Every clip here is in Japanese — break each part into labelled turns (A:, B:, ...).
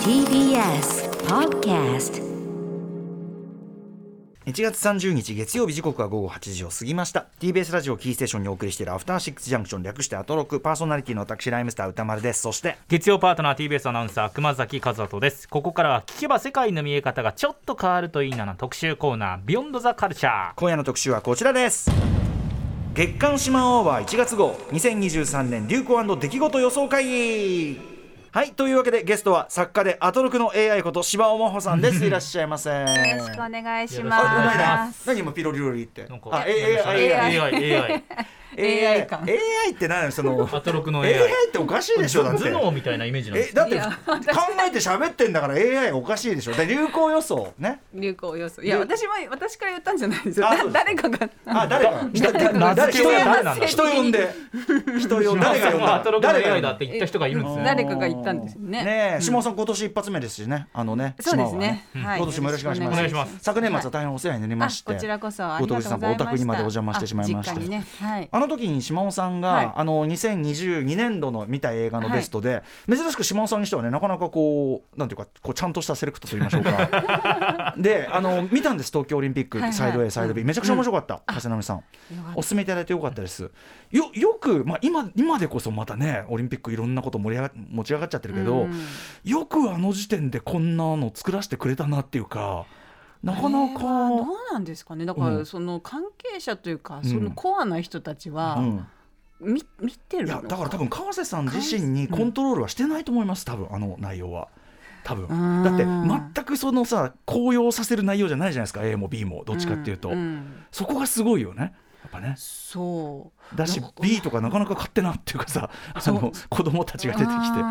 A: TBS Podcast
B: 1月30日月曜日時刻は午後8時を過ぎました TBS ラジオキーステーションにお送りしているアフターシックスジャンクション略してアトロクパーソナリティの私ライムスター歌丸ですそして
C: 月曜パートナー TBS アナウンサー熊崎和人ですここからは聞けば世界の見え方がちょっと変わるといいなな特集コーナービヨンドザカルチャー
B: 今夜の特集はこちらです月刊シマオーバー1月号2023年流行出来事予想会議はいというわけでゲストは作家でアトロクの AI こと柴尾真帆さんです いらっしゃいませよ
D: よろしくお願いし
C: あう
B: まい
D: ま
B: な
D: す。
B: 何今ピロリロリって
C: なんか
B: あ AI AI
C: AI
B: AI
D: AI 感
B: AI って何 その
C: アトロクの AI
B: AI っておかしいでしょだって
C: 頭脳みたいなイメージなんで
B: え
C: す
B: だって
D: いや
B: 考えて喋ってんだから AI おかしいでしょで流行予想ね
D: 流行要素。いや、
B: 流
D: 私も、私から言ったんじゃないですよ。
B: あ
D: だ
B: そうです
D: 誰かが。
B: あ誰が人
C: 名付け親誰なんだ
B: 人呼んで人呼んで誰が呼ん
C: ア
B: だ
C: トロクの AI
B: 誰
C: だ
B: が呼
C: っ
B: んだ
C: て言った人がいるんですね
D: 誰かが言ったんですよね
B: ね
D: う
B: え
D: ん
B: 下尾さん今年一発目ですしねあのね
D: そうですね
B: 島尾
D: はい
B: 今年もよろしくお願いします
C: お願いします
B: 昨年末は
D: は
B: 大変お世話になりま
D: あ
B: し、て
D: こちらこそ。ありがとうございました
B: お宅にまでお邪魔してしまいまし
D: あ
B: た
D: 実家にね。はい。
B: あの時に島尾さんが、
D: はい
B: あの2022年度の見た映画のベストで、珍しく島尾さんにしてはねなかなかこうなんていうかこうちゃんとしたセレクトと言いましょうか であの見たんです東京オリンピック、
D: はいはい
B: サイド A サイド B めちゃくちゃ面白かった、長谷波さんお勧めいただいてよかったですよよく、まあ、今今でこそまたねオリンピックいろんなこと盛り上が持ち上がっちゃってるけど、
D: うん
B: よくあの時点でこんなの作らせてくれたなっていうかなかなか
D: あれはどうなんですかね。だか
B: うん
D: ら、その関係者というか、
B: ん
D: そのコアな人たちは
B: う。ん
D: み、見てる
B: い
D: の
B: やだから多分川瀬さん自身にコントロールはしてないと思います多分あの内容は多分
D: うん
B: だって全くそのさ高揚させる内容じゃないじゃないですか A も B もどっちかっていうと、
D: んん
B: そこがすごいよねやっぱね
D: そう。
B: だし
D: なんか
B: B とかなかなか勝手なっていうかさあ
D: そう
B: の子供たちが出て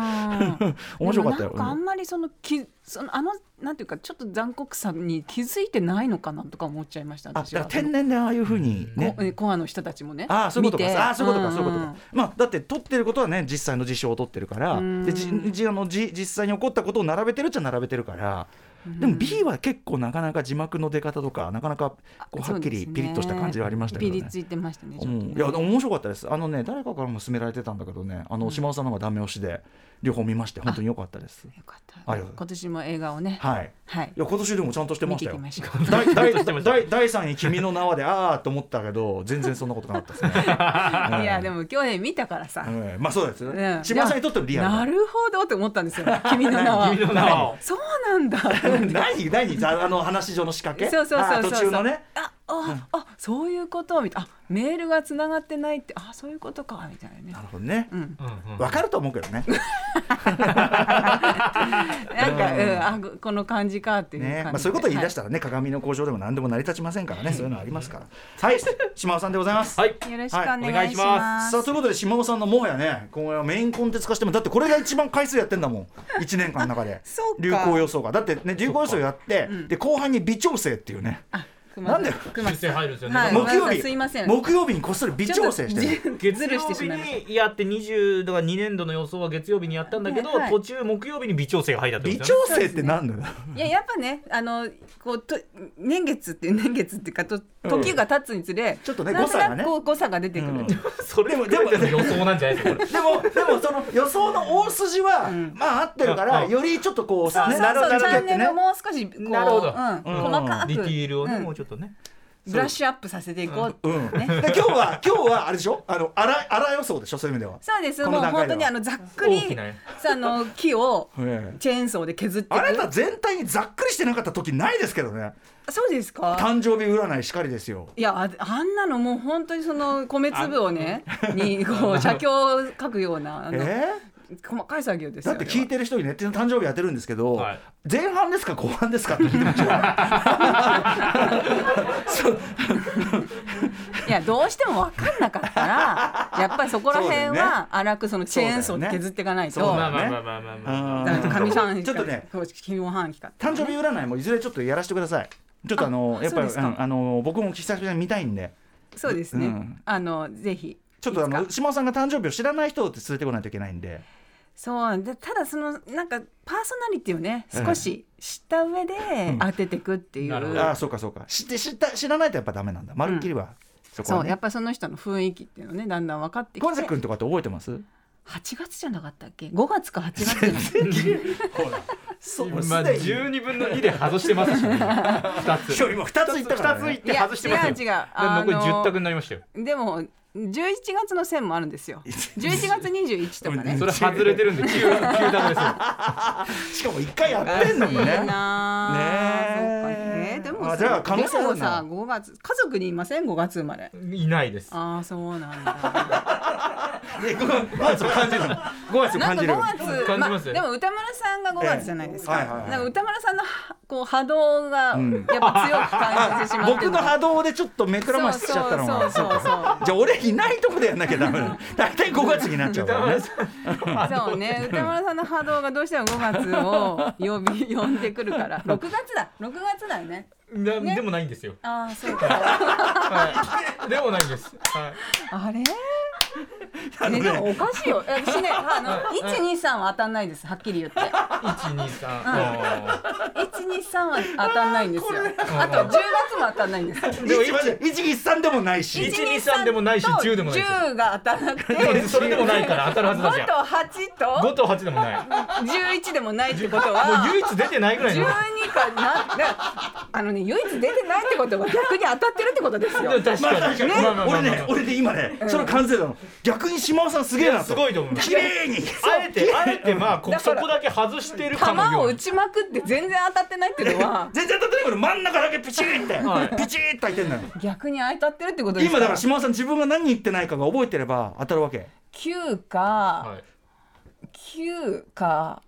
D: あー
B: きて面白かったよ
D: でもなんかあんまりそのきそのあのなんていうかちょっと残酷さに気づいてないのかなとか思っちゃいました
B: あだ
D: 私
B: から
D: は。
B: 天然でああいうふうにね、
D: こえコアの人たちもね。
B: ああそういうこと
D: 見
B: か
D: て
B: ああそういうことかそういうこと
D: ん
B: か、まあだって撮ってることはね実際の事象を撮ってるから
D: うん
B: でじじあのじ実際に起こったことを並べてるっちゃ並べてるからでも B は結構なかなか字幕の出方とかなかなかこうはっきりピリッとした感じがありましたけど
D: そう
B: ね
D: ですねピリついてましたね。
B: う
D: ちょっと
B: ん
D: ね
B: いやでも面白かったですあのね誰かからも勧められてたんだけどねあの島尾さんの方がダメ押しで両方見まして本当に良かったです
D: よかった
B: ありがとう
D: 今年も映画をね。
B: はい
D: はい
B: い。や今年でもちゃんとしてましたよ
D: 見てきま
B: 第第第第3位「君の名は」でああと思ったけど全然そんなことなかったですね
D: いやで
B: も
D: も去年見たからさ。
B: まあそうですよ
D: う
B: ね島尾さんにとってもリアル
D: な
B: な
D: るほどって思ったんですよ。 君の名は。
C: 君の名は
D: そうなんだ。
B: 何何ああの話上の仕掛け
D: そうそうそうそう
B: あ途中のね
D: ああ、あそういうことみたいなあメールがつながってないってあそういうことかみたいなね
B: なるほどね
D: うん
C: うんうん
B: わかると思うけどね
D: なんか、うん、あこの感じかっていう感じで、、
B: ねまあそういうこと言い出したたらね鏡の工場でも何でも成り立ちませんからねそういうのありますからはい島尾さんでございます
C: はい
D: はいよろしくお
C: はいお
D: 願
C: 願
D: い
C: いし
D: し
C: ま
D: ます,、
B: さあということで島尾さんのもはやね今後はメインコンテンツ化してもだってこれが一番回数やってんだもん1年間の中 で
D: そうか
B: 流行予想がだってね流行予想やって
D: ん
B: で後半に微調整っていうね
D: 熊さ
B: なんで
D: 熊
C: 先生
D: さん
C: 入るんですよ
D: は
C: ね
D: い
C: なんか
B: 木曜
D: ごめんなさ
B: 日
D: いすいません
B: 木曜日にこっそり微調整してる
D: ちょっとじ
C: 月
D: ずる
C: 曜
D: してし
C: 日
D: まいまし
C: にやって20だから2年度の予想は月曜日にやったんだけど、
D: はい
C: 途中木曜日に微調整が入ったって
B: 微
C: ことです
B: 調
C: よね
B: 整って何だよ
D: たいややっぱねあのこうと年月って年月っていうかと時が経つにつれ、
B: ちょっとね
D: なんと
B: 誤差が
D: な
B: ね
D: くこう誤差が出てくる、
B: うん
C: それもでも予想なんじゃないですかこ れ
B: でもでもその予想の大筋は、
D: ん
B: まあ合ってるから
C: うん
B: よりちょっとこう
D: そう
B: さ
D: そう
B: ね
D: そう、
B: なるほど
D: チ
B: な
D: ャ
B: る
D: ン
B: ほど
D: ネ
B: って
D: ル
B: ね
D: をもう少しこう、
C: なるほど
D: うん、
B: うん
D: 細かく
C: ディティールをね、
D: うん
C: もうちょっとね
D: ブラッシュアップさせていこう、
B: うん、で今日は今日はあれでしょあの荒い荒い予想でしょそういう意味では
D: そうです
B: この
D: もう
B: 段階
D: 本
B: で
D: 当
B: は
D: にあのざっくり
C: 大きなね
D: さあの木を
B: ええ
D: チェーンソーで削っていく
B: あなた全体にざっくりしてなかった時ないですけどね
D: そうですか
B: 誕生日占いしかりですよ
D: いやああんなのもう本当にその米粒をね にこう写経を書くようなあの、
B: え
D: 細かい作業で
B: え
D: す
B: だ
D: よ
B: って聞いてる人にね誕生日当てるんですけど、
C: はい
B: 前半ですか後半ですかって聞いてま したよそう
D: いやどうしても分かんなかっ たらやっぱりそこら
B: そ
D: 辺
B: うだよね
D: は荒くそのチェーンソーで削っていかないと。
B: そう
C: ま
B: だ
C: あ
B: よね
C: まあまあまあまあまあ、
B: あ
D: だから上半期
B: ちょっとね
D: 金曜半期か
B: 誕生日占いもいずれちょっとやらせてくださいちょっとあの
D: あ
B: やっぱり、
D: そううですか
B: ん、あの僕も久々に見たいんで
D: そうですね、
B: うん
D: あのぜひ
B: ちょっとあ
D: い
B: の
D: つか
B: 島尾さんが誕生日を知らない人を連れてこないといけないんで
D: そうでただそのなんかパーソナリティをね少し知った上で当てていくっていう、
C: なるほど
B: ああそうかそうか知って知った知らないとやっぱダメなんだまるっきりは、そこ
D: そ
B: は
D: うやっ
B: ね
D: ぱその人の雰囲気っていうのねだんだん分かってきて
B: 小関君とかって覚えてます
D: 8月じゃなかったっけ5月か8月じゃなかった
B: そう
C: 今
B: すでに今
C: 12分の2で外してますし ね2つ
B: 今2ついったから、
C: 2つい
B: ね
C: っ、て外してますよ
D: いや違う違
C: だ
D: う
C: から残り
D: あ
C: 10
D: の
C: 択になりましたよ
D: でも11月の線もあるんですよ11月21とかね
C: それ外れてるんで 9, 9択で
B: し
C: すよ
B: かも1回やってんのもね
D: いいな
B: ね
D: あ
B: え
D: そうかえーでも
B: あじゃあ可能性あるな
D: でもさ5月家族にいません5月生まれ
C: いないです
D: ああそうなんだ
B: 5月を感じるの5月を
D: な
B: 感
D: んか
B: じる
D: 5月
C: 感じますよ
D: でも歌丸さんが5月じゃないですか、
B: ええはいはいはい
D: なんか歌丸さんのはこう波動がやっ
B: ん
D: ぱ強く感じてしまって
B: 僕の波動でちょっと目くらまししちゃったのが
D: そうそうそうそう
B: かじゃあ俺いないとこでやんなきゃダメだ大体5月になっちゃうからね
D: そうね歌丸さんの波動がどうしても5月を呼び呼んでくるから6月だ6月だよね
C: な
D: ね
C: でもないんですよ、
D: ああそうか
C: はい、でもないんです、はい、
D: あれね、でもおかしいよえ私ねあの123は当たんないですはっきり言って
C: 123あ
D: 123は当たんないんですよあと10月も当たんないんです
C: ーでも
B: 1 1三でもないし
C: 123でもないし10でもないです
D: 10が当たらなくて
C: でもそれでもないから当たるはずだじゃん
D: 5と
C: 5
D: 8と
C: と8でもないも
D: 11でもないってこと
C: う
D: は
C: 唯一出てないぐらい
D: 12
C: の
D: かな なあのね唯一出てないってことは逆に当たってるってことですよ
C: でも確
B: まあ
C: か
B: 確
C: に
B: かに、
C: まあまあまあまあ
B: 俺ね俺ね今ね、それ完成だの逆に島尾さんすげえなと
C: すごいと思います
B: 綺麗に
C: あえてあえてまあこ
D: だか
C: そ
D: ら
C: こだけ外してるかの
D: 球
C: よ
D: を
C: う
D: 打
C: に
D: ちまくって全然当たってないっていうのは
B: 全然当たってないから真ん中だけピチーって、
C: はい
B: ピチーって開いてんのよ
D: 逆に当たってるってことです
B: 今だから島尾さん自分が何言ってないかが覚えてれば当たるわけ
D: 9か
C: はい
D: 9か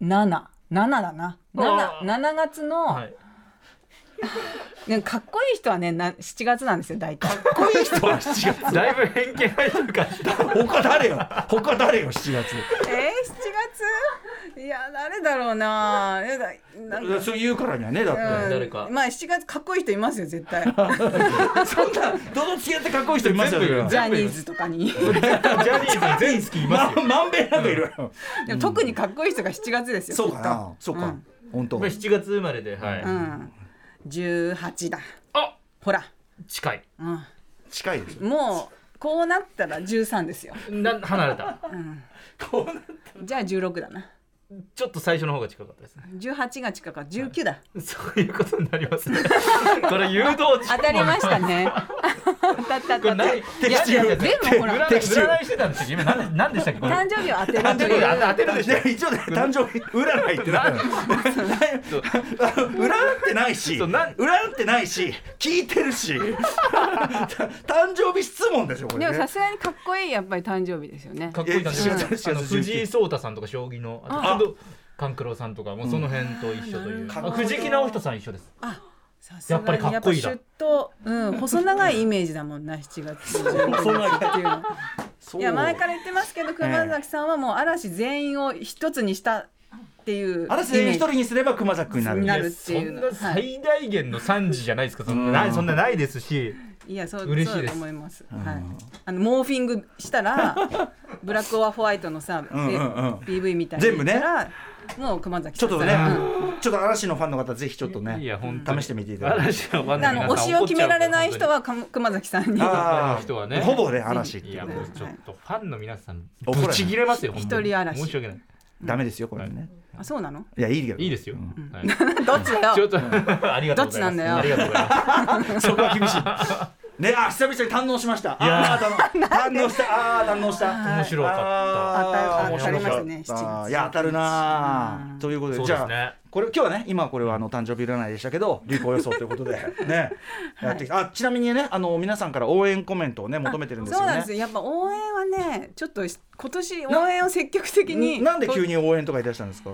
D: 77だな
C: あー
D: 7, 7月の、
C: はい
D: ね、かっこいい人はねな7月なんですよ大体
B: かっこいい人は7月
C: だいぶ偏見入ってる感じだ
B: 他誰よ他誰よ7月
D: えー、7月いや誰だろうなえだなんか
B: そう言うからにはねだっ
D: うん
C: 誰か
D: まあ7月かっこいい人いますよ 絶対
B: てそんなどの付き合ってかっこいい人いますよ
C: 全部いる
D: ジャニーズとかに
C: ジャニーズに全好きいますよ
B: まんべんなくいる、
D: でも特にかっこいい人が7月ですよ
B: そうか
D: きっと
B: なそうか、
D: うん
B: 本当
C: まあ7月生まれではい、
D: うん18だ
C: あ
D: ほら、
C: 近い
D: うん、
B: 近いですよ
D: もうこうなったら13ですよ
C: な離れた
D: じゃあ16だな
C: ちょっと最初の方が近かったですね
D: 18が近かった19だ
C: そういうことになり ますねこれ誘導
D: 当たりましたね当た
C: こ
D: った
C: れ
D: 当たった
C: 何
D: いやいやいやでもほら
C: 占い占いしてたんですよ今何何でしたっけこれ
D: 誕生日を当てる
C: 誕
D: と
C: 生
D: い
C: 日
D: う
C: 当てるでしょ
B: で一応ね誕生日占いってな 占ってないし
C: そうな
B: 占
C: ん
B: ってないし聞いてるし 誕生日質問ですよこ
D: で
B: れ
D: もさ
B: ね
D: すがにかっこいいやっぱり誕生日ですよね
C: かっこいい感じ
B: え
C: あ
B: 違う違う違う
C: の藤井聡太さんとか将棋のあと勘九郎さんとかもうその辺と一緒という、
D: なる
B: ほど
C: あ藤木直人さん一緒です
D: さすがに
C: やっぱりかっこいいな
D: やっぱシュッと、うん、細長いイメージだもんな7月
B: 細長い
D: っていうの
B: そ
D: いうや前から言ってますけど熊崎さんはもう嵐全員を一つにしたっていう
B: 嵐全員一
D: イメー
B: 人にすれば熊崎になる
D: なるって
C: そ
D: いうんの
C: な最大限の惨事じゃないですか、そんなないそんなないですし
D: ジいやそう
C: 嬉しいです
D: そうだと思います、はい、あのモーフィングし たらブラックオアホワイトのさ、
B: うんうんうん
D: PV みたいにしたらもう熊崎
B: ちょ
D: さ
B: っ
D: ん
B: とね、ちょっと嵐のファンの方ぜひちょっとね
C: いや本当に
B: 試してみていただきたい
C: 嵐のファンの
D: あ
C: 皆
D: の
C: さん
D: 推しを決められない人
C: は
D: はか熊崎さんに
B: あ
C: 他の人はね
B: ほぼね嵐って
C: い
B: い
C: や
B: う
C: も
B: ね
C: うちょっとファンの皆さん
B: 怒らない
C: ぶち切れますよ本当に
D: 一人嵐
C: 申し訳ない
B: ダメですよこれね
D: あそうなの
B: いやいいけど
C: いいですよ、はい
D: どっちだよ
C: ち ょっとありがとうございます
D: どっちなんだよ
C: ありがとうございます
B: そこは厳しいねあ久々に堪能しました
C: いや
B: あー堪能堪能したあー堪能した
C: 面白かっ
B: あー
D: 当たる
B: 面白か
D: 当たりますね
B: った
D: 7月
B: いや当たるなあということで
C: そう
B: じ
C: です
B: ゃ
C: ね
B: あこれ今日はね今これはあの誕生日占いでしたけど流行予想という ことでねやってきたあちなみにねあの皆さんから応援コメントをね求めてるんです
D: そ
B: よ
D: うなん
B: ね
D: ですよやっぱ応援はねちょっとし今年応援を積極的に
B: なんで急に応援とか言い出したんですか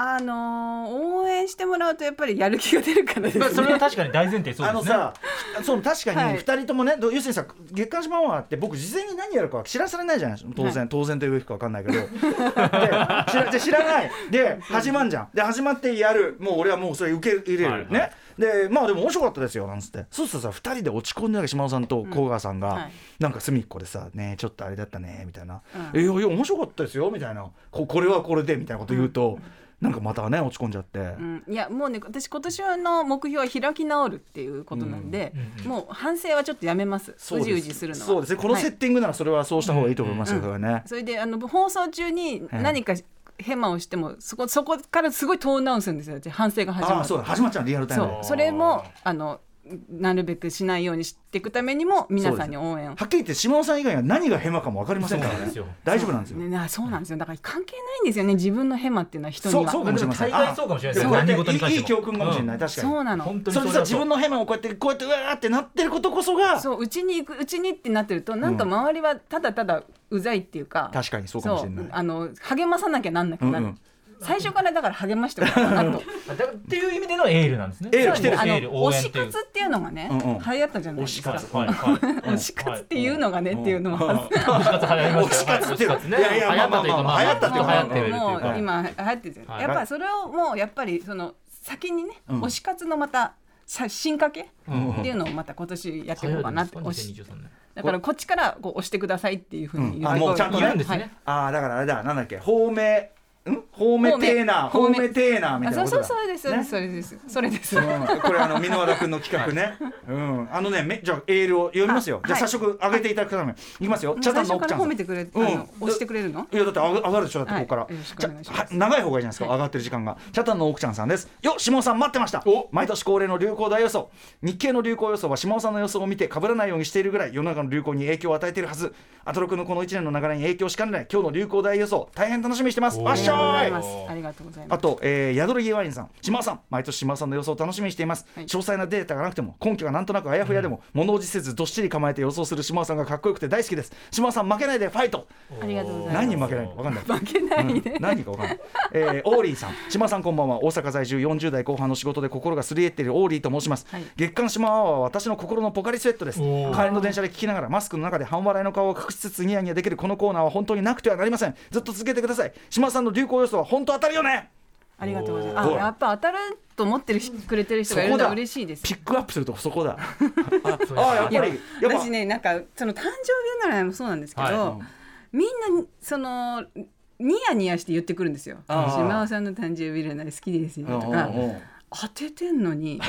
D: あのー応援してもらうとやっぱりやる気が出るからです
C: た、まあ、それ
D: ね
C: は確かに大前提そう
B: あ
C: で
B: の
C: すね
B: さ、そう確か
D: は
B: に
D: い
B: 二人ともね、ど要するにさ、月刊島はって僕事前に何やるか知らされないじゃないですか。当然、当然というべきかわかんないけど、で知らで知らない。で始まんじゃん。で始まってやる。もう俺はもうそれ受け入れる、
C: はいはい
B: ね。でまあでも面白かったですよなんつって。そうするとさ、二人で落ち込んでるわけ島尾さんと甲賀さんが、
D: はい
B: なんか隅っこでさ、ねちょっとあれだったねみたいな。
D: うん
B: えいやいや面白かったですよみたいな。ここれはこれでみたいなこと言うと。なんかまたね落ち込んじゃって、
D: うん、いやもうね私今年の目標は開き直るっていうことなんで、もう反省はちょっとやめますうじうじするのは
B: そうですねこのセッ
D: はい
B: ティングならそれはそうした方がいいと思いますよ、
D: うん
B: それはね、
D: それであの放送中に
B: ええ
D: 何かヘマをしてもそこそこからすごいトーンダウンするんですよ私反省が始
B: あ
D: ま
B: あ
D: る
B: そうだ始まっちゃうリアルタイムで
D: そうそれもあのなるべくしないようにしていくためにも皆さんに応援
B: は
D: を
B: っきり言って島尾さん以外は何がヘマかも分かりませんから
C: そうな
B: ね
C: んですよ
B: 大丈夫なんですよ、
D: ねなそうなんですよだから関係ないんですよね自分のヘマっていうのは人に
B: そう
D: は
B: そうかもしれません
C: でも大概そうかもしれないですよ
B: ああ
C: 何事に関しても
B: いい教訓かもしれない、
C: うん
B: 確かに
D: そうなの
C: 本当に
B: それ
C: れ
B: さ
C: だと
B: 自分のヘマをこうやってこうやってうわーってなってることこそが
D: そううちに行くうちにってなってるとなんか周りはただただうざいっていうか、
B: 確かにそうかもしれない
D: そうあの励まさなきゃなんなくなる、
B: うんうん
D: 最初からだから励ましてもらうなと
C: あだからっていう意味でのエールなんですね
B: エール来
D: そ
B: て
D: う
B: る
D: あ
C: エ
D: の
C: ール応援
D: 推
C: っ
D: して
C: いう
D: 活っていうのがね、
B: うんうん
D: 流行ったじゃない
B: 推
D: で
B: し
D: すか
B: 活
C: はいはい
D: 推し活っていうのがね、っていうの
B: うん
D: は、
C: 推し活流行りま
B: 推し
C: したよ
B: 活っていう
C: はい推し活ね
B: いやいや
C: 流行ったというか
B: まあまあまあ流行ったっていう
C: 流
B: か
C: 行ってるっていう
D: もう
C: か
D: もう今流行ってるじゃない、
C: はい
D: やっぱそれをもうやっぱりその先にね、
B: うん
D: 推し活のまたさ進化系っ
C: うん
D: ていうのをまた今年やっていこうかなって、推し
C: 2023年
D: だからこっちからこう押してくださいっていうふうに言ってこ
B: あもうちゃんとね
C: 言うんですね
D: はい
B: ああだからあれだなんだっけ方名ん方名テーナー
D: 方
B: 方
D: 面
B: 名テーナーみた
D: あ
B: いな
D: そう
B: こと
D: そ
B: だ
D: うそうです、
B: ね
D: そうですそれです。
B: うんこれあの箕輪田君の企画ね、うん、あのねめじゃあエールを読みますよ
D: あ
B: じゃあ
D: はい
B: 早速上げていただくためにいきますよチャ
D: 最
B: タンの
D: 初
B: 奥
D: か
B: ちゃ
D: ら
B: ん
D: 褒
B: さ
D: め
B: ん
D: てくれ、あの
B: うん
D: 押してくれるの？
B: いやだって上が上がるでしょだってここから、
D: はいよろしく
B: じ
D: お
B: ゃ
D: 願いします
B: は長い方がいいじゃないですか、上がってる時間がチャタンの奥ちゃんさんですよ下尾さん待ってました毎年恒例の流行大予想日経の流行予想は下尾さんの予想を見て被らないようにしているぐらい世の中の流行に影響を与えているはずアトロクのこの1年の流れに影響しかねない今日の流行大予想大変楽しみにしてます
C: おー
B: わっしょ
D: あ
B: ー
D: り
B: い
D: がとうございます。ありがとうございま
B: あ
D: す。
B: と、えー、宿る家ワインさん、島尾さん、毎年島尾さんの予想を楽しみにしています。
D: はい
B: 詳細なデータがなくても、根拠がなんとなくあやふやでも、物おじせず、どっしり構えて予想する島尾さんがかっこよくて大好きです。島尾さん、負けないでファイト
D: ありがとうございます
B: 何に負けないのわかんない。
D: 負けないね。
B: うん 何かわかんない、えーオーリーさん島さんこんばんは大阪在住40代後半の仕事で心がすり減っているオーリーと申します、
D: はい
B: 月刊島アワーは私の心のポカリスエットです帰
C: おー
B: りの電車で聞きながらマスクの中で半笑いの顔を隠しつつニヤニヤできるこのコーナーは本当になくてはなりませんずっと続けてください島さんの流行予想は本当当たるよね
D: ありがとうございま
B: ど
D: す。
B: う
D: あ、やっぱ当たると思ってる人くれてる人がいるのは嬉しいです。
B: ピックアップするとこそこ だ
C: そう
B: ああや
C: や
B: っ
C: っ
B: ぱ
D: い
B: りや
D: や
B: っぱ
D: 私ねなんかその誕生日占いもそうなんですけど、
C: は
D: みんなそのニヤニヤして言ってくるんですよ「
B: あー
D: 島尾さんの誕生日占い好きですよ」
B: うん
D: と
B: う
D: か
B: んうん
D: 当ててん のに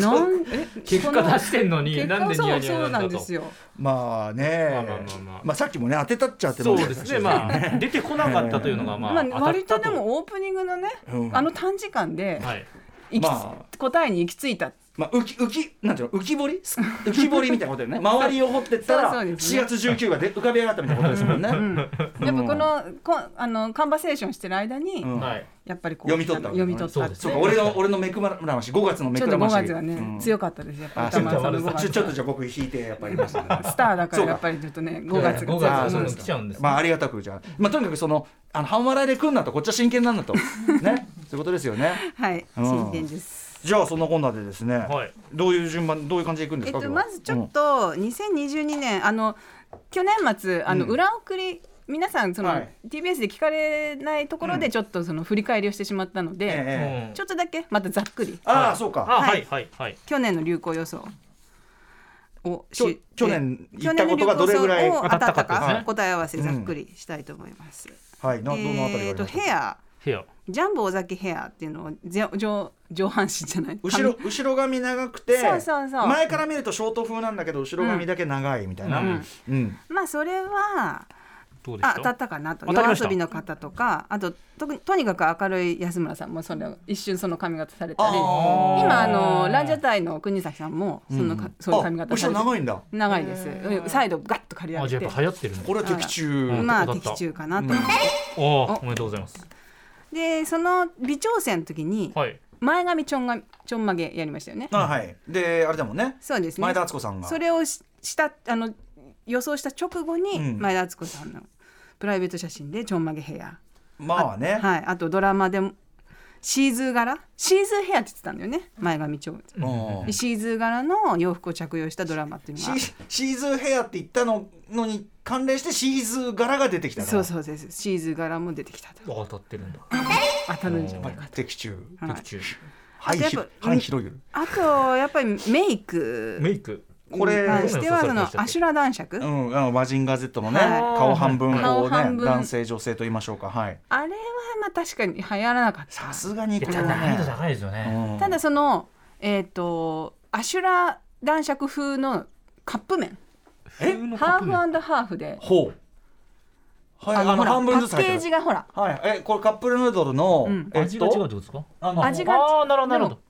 D: なんえ
C: 結
D: この
C: 果出してんのに
D: 結
C: なん
D: 果
C: で
D: そ
C: ニヤ
D: う
C: ニヤ
D: そう
C: な
D: なんん
C: だ
D: で
C: と
D: すよ。
B: まあね
C: まあまあまあまあ
B: まあさっきもね当てたっちゃって
C: そうですねま あ出てこなかったというのがまあ
D: まあ、
C: 当たっ
D: 割
C: た
D: と
C: と
D: でもオープニングのね、
B: うん
D: あの短時間で
C: はい
D: 行きつ、
B: ま
D: 答えに行き着いた
B: まあ、浮き浮きなんていうの浮き彫 りす浮き彫りみたいなことだよね周りを掘ってったら
D: そうそう
B: 4
D: ですね
B: 月19がで浮かび上がったみたいなことですもんね、
D: やっぱこのこあのカンバセーションしてる間に、
B: うん
C: はい
D: やっぱりこう
B: 読み取ったわけだ
D: 読
B: ね
D: み取った
C: そうです
B: そうか俺の俺の目くまらし5月の目
D: ちょ
B: く
D: っ
B: ら
D: と
B: ま
D: 5
B: し
D: 月はね、
B: うん
D: 強かったですやっぱり
B: あちょっと
D: 歌丸さんの
B: ちょ
D: 5月
B: ちょっとじゃあ僕引いてやっぱりますね
D: スターだか
B: そう
D: ら
B: か
D: やっぱりちょっとね
C: 五
D: 5月
C: 五
D: 五
C: 月は
B: あ
C: そ
B: そうう
C: いう
B: で
C: の
B: す
C: 来ちゃうんですね
B: まあありがたくじゃあ、まあ、とにかくそのあの半笑いで来んなとこっちは真剣なんだ とねそういうことですよね
D: はい
B: うん
D: 新鮮です、
B: じゃあそんなこんなでですね、
C: はい
B: どういう順番どういう感じでいくんで
D: え
B: すか、
D: っと
B: 今日は
D: まずちょっ、と2022年あの去年末あの
B: うん
D: 裏送り、皆さんその、
B: はい
D: TBS で聞かれないところ
B: う
D: で
B: ん
D: ちょっとその振り返りをしてしまったの
B: うんええ
D: で、
B: ええ
C: うん
D: ちょっとだけまたざっくり
B: ああ、
C: はい
B: そうか
C: あは
D: はい
C: いはいはい
D: 去年の流行予想を
B: きょ
D: し
B: 去年行ったことがどれぐらい
D: 去年の流行予想を当たった
C: 当たったかです
D: か
C: ね
D: 答え合わせざっくりしたいと思います。
B: はいなどのあたりが
D: え
B: あ
D: ー
B: り
D: と
B: ますか
D: ヘア
C: 部屋
D: ジャンボ尾崎ヘアっていうのをぜ上上半身じゃない
B: 後ろ後ろ髪長くて
D: そうそうそう
B: 前から見るとショート風なんだけど後ろ髪だけ長いみたいな、う
C: うんん
D: 髪まあそれは
C: どうで
D: あ
C: し
D: 当た
C: た
D: ったかなと
C: 当たり
D: 夜
C: ました
D: 遊びの方とかあと特にとにかく明るい安村さんもその一瞬その髪型されたり
B: あー
D: 今あのラジャタイの国崎さんもそのか、
B: うん
D: そういう髪型
B: あ後
D: さ
B: ろ長
D: れて
B: いんだ
D: 長いですうんサイドガッと刈り上
C: あじゃ
D: げ
C: あや
D: て
C: っぱ流行ってるんだ
B: これは的中、
C: うん
D: まあ
C: 当たった
D: 的中かなと、
C: おおおめでとうございます
D: でその微調整の時に
C: はい
D: 前髪ちょんがちょんまげやりましたよね、
B: あはいであれだもんね
D: そうですね
B: 前田敦子さんが
D: それをししたあの予想した直後に
B: うん
D: 前田敦子さんのプライベート写真でちょんまげヘア、
B: まあね、
D: はい、あとドラマでもシーズー柄シーズーヘアって言ってたんだよね前髪ちょん
B: うん
D: でシーズー柄の洋服を着用したドラマっていうの
B: シ
D: が
B: ーシーズーヘアって言ったののに関連してシーズー柄が出てきたから
D: そうそうですシーズー柄も出てきたと
C: あ当たってるんだ
D: 当たるんじゃないか
B: 的中
D: と、はい
C: 的中
B: はい
D: あとやっ
B: ひ
D: ぱ
B: はい広げる
D: あとやっぱりメイク
C: メイク
B: これ、
D: に関してはそのアシュラ男爵、
B: うん、あのマジンガー Z のね、
D: はい
B: 顔半分
D: 顔
B: こうね
D: 半分
B: 男性女性と言いましょうかはい
D: あれはまあ確かに流行らなかった
B: さすがにこ
C: い
B: れ
C: や
B: は
C: 難易度
B: ね、
C: 高いですよね。
B: うん
D: ただそのえっ、とアシュラ男爵風のカップ麺
B: え
D: ハーフハーフで
B: ほうはいあの
D: ほら
B: 半分ずつ
D: パッケ
B: 入っ
D: ー
B: て
D: ジ
B: る
D: がほら
B: はいえこれカップルヌードルの、
D: うん
B: えっと
C: 味が違うってことですか？
B: あの
D: 味が
C: ああなるほどなるほ
D: で
C: ど
D: も。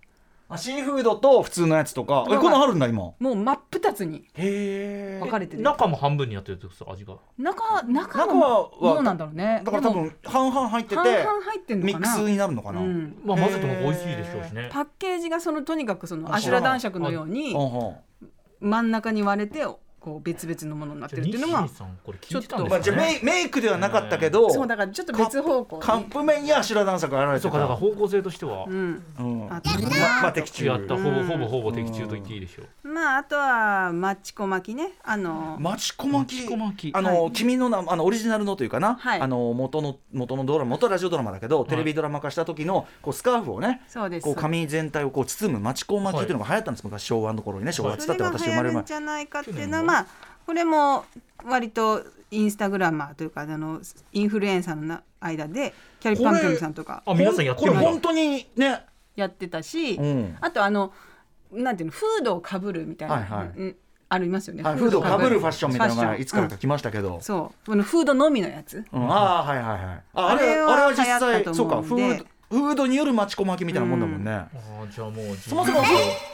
B: あシーフードと普通のやつとかえ
D: なんか
B: こんなのあるんだ今
D: もう真っ二つに
B: へ
D: 分
B: え
D: かれてる
C: 中も半分にやってるってことですか味が。
D: 中中
B: 中は
D: もどうなんだろうね
B: だから多分半々入って
D: で
B: て
D: も半々入ってんの
B: ミ
D: か
B: ック
D: な
B: スになるのかな、
D: う
B: うん
D: ん
C: まあ混ぜても美味しいでしょうしね。
D: パッケージがそのとにかくその
B: あ
D: ア
B: そ
D: シ
B: う
D: ュラ男爵のように
B: うん
D: 真ん中に割れてこう別々のものになってるっていうのが
C: 西さんこれ聞いてたん
B: ま
C: で
B: あ、じ
C: す
B: ゃ
C: か
B: あ
C: ね。
B: メイメイクではなかったけど、
D: そうだからちょっと別方向に
B: カップ麺や白男爵が現れて
C: そう
B: た
C: かだから方向性としては
D: う。ん
B: うん、ま
D: あとね
B: まあ的中
C: やったほぼ
D: うん
C: ほぼほぼ的中と言っていいでしょう。
D: まああとはマッチコ巻きねあの
B: マチコ巻き
C: マチコ巻き
B: あの、君の名あのオリジナルのというかな、
D: はい
B: あの元の元のドラマ元ラジオドラマだけど、テレビドラマ化した時のこうスカーフをね
D: そうです
B: こう髪全体をこう包むマチコ巻きというのが流行ったんです、昔昭和の頃にね昭和っつった
D: そ
B: っ
D: れ
B: て私
D: が流
B: 生まれ
D: 行
B: る
D: る
B: 前
D: んじゃないかっていう
C: 去年も
D: のはまあこれも割とインスタグラマーというかあのインフルエンサーのな間でキャリーパンピョンさんとか
C: あ皆さんやって
B: こ
C: る
B: れ
C: んだ。
B: 本当にね、
D: やってたし、
B: うん
D: あとあのなんていうのフードをかぶるみたいな、
B: はいはい
D: うんありますよね、
B: はい、フードをかぶるファッションみたいなの
D: ファ
B: が
D: ッション
B: いつからか来ましたけど、
D: そうこのフードのみのやつ
B: うんああはいはいはいああれ
D: あれは
B: あれは実
D: 流行っ
B: 際
D: た
B: そ
D: と
B: う
D: 思
B: か
D: うん
B: フ
D: で
B: ードフードによるマチコ巻きみたいなもんだもんね、
C: あーじゃあもう
B: そもそも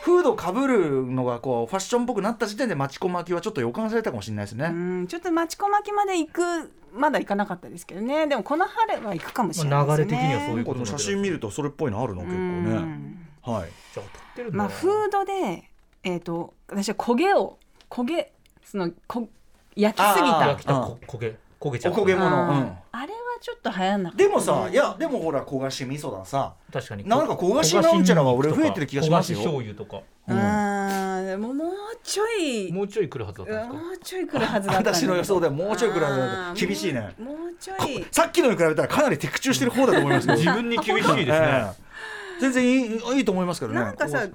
B: フードかぶるのがこうファッションっぽくなった時点でマチコ巻きはちょっと予感されたかもしれないですね、
D: うんちょっと町小牧まで行くまだ行かなかったですけどねでもこの春は行くかもしれないです
C: ま
D: ね、
C: あ流れ的にはそうい
B: な
C: うん
B: かでも写真見るとそれっぽいのあるの結構
D: う
B: ね
D: ん
B: はい
C: じゃあ撮ってるんだ。
D: まあフードでえっ、と私は焦げを焦げそのこ焼きすぎ
B: あ
D: た
B: ー
C: 焼きたこ焦げ焦げちゃ
B: お
C: う。
B: 焦げ
D: あ
B: 物、う
D: ー
B: ん、
D: あれはちょっと流行んなかった
B: でもさいやでもほら焦がし味噌ださ
C: 確かに。
B: なんか焦がしなんちゃらは俺増えてる気がしますよ
C: 焦がし醤油とか。
B: うん
D: あーでももうちょい
C: もうちょい来るはずだっ
D: う
C: た
D: ん
C: んで
D: も
C: すか。
D: うちょい来るはずだったんだけ
B: 私
D: ど
B: の予想でもうちょいくらい
D: あ
B: だ
D: ー
B: と厳しいね
D: もうもうちょい
B: さっきのに比べたらかなり的中してる方だと思いますけ ど
C: 自分に厳しいですね。
B: ええ 全然いいいいと思いますけどね
D: なんか
B: 焦
D: さ
B: がし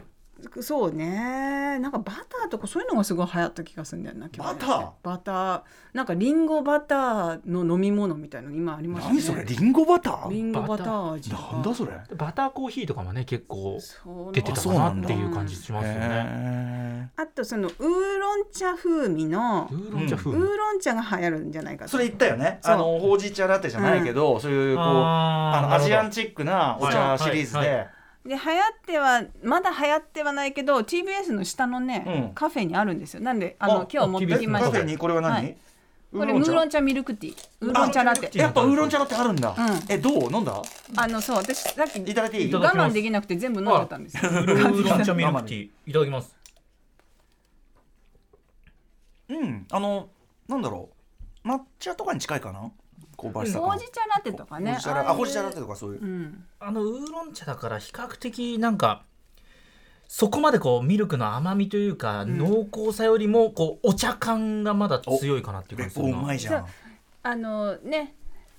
D: そうねなんかバターとかそういうのがすごい流行った気がするんだよな去年
B: バター
D: バターなんかリンゴバターの飲み物みたいなの今ありましたね
B: 何それリンゴバター
D: リンゴバター味とか
B: なんだそれ
C: バターコーヒーとかもね結構
D: そう
C: 出てた
B: あそ
C: か
B: う
C: な
B: なん
C: っ
B: だ
C: ていう感じしますよね。
B: へえ
D: あとそのウーロン茶風味の
C: ウーロン茶
D: ウ
C: 風
D: ー
C: 味。
D: ロン茶が流行るんじゃないかと
B: それ言ったよね
D: そう
B: あのほうじ茶ラテじゃないけど、そういうこう
C: あー
B: あの
C: な
B: ア
C: るほ
B: ジ
C: ど
B: アンチックなお茶シリーズで、
C: はいはいは
D: で流行ってはまだ流行ってはないけど TBS の下のね、
B: うん
D: カフェにあるんですよなんであの
B: あ
D: 今日持ってきま
B: カ
D: し
B: フ
D: た
B: ェ
D: こ
B: にこれは何、
D: はい
B: ウー
D: れ
B: ロ
D: ウ
B: ン
D: ー
B: 茶
D: ロン茶ミルクティーウーロン茶ラテ
B: やっぱウーロン茶ラテあるんだ、
D: うん
B: えどう飲んだ
D: あのそう私さっき
B: いただいていい
C: いただ
D: 我慢できなくて全部飲んじゃったんですよ
C: ウーロン茶ミルクティーいただきます。
B: うんあのなんだろう抹茶とかに近いかな香ばしさ
D: ほ
B: が
D: うじ茶ラテとかね
B: ほうじ茶ラ
D: ああいう
B: あほうじ茶ラテとかそういう、
D: うん
C: あのウーロン茶だから比較的なんかそこまでこうミルクの甘みというか、濃厚さよりもこうお茶感がまだ強いかなっていう
B: レ
C: 感じす
B: ポ
C: る
B: う
C: な
B: まいじゃん
D: あのね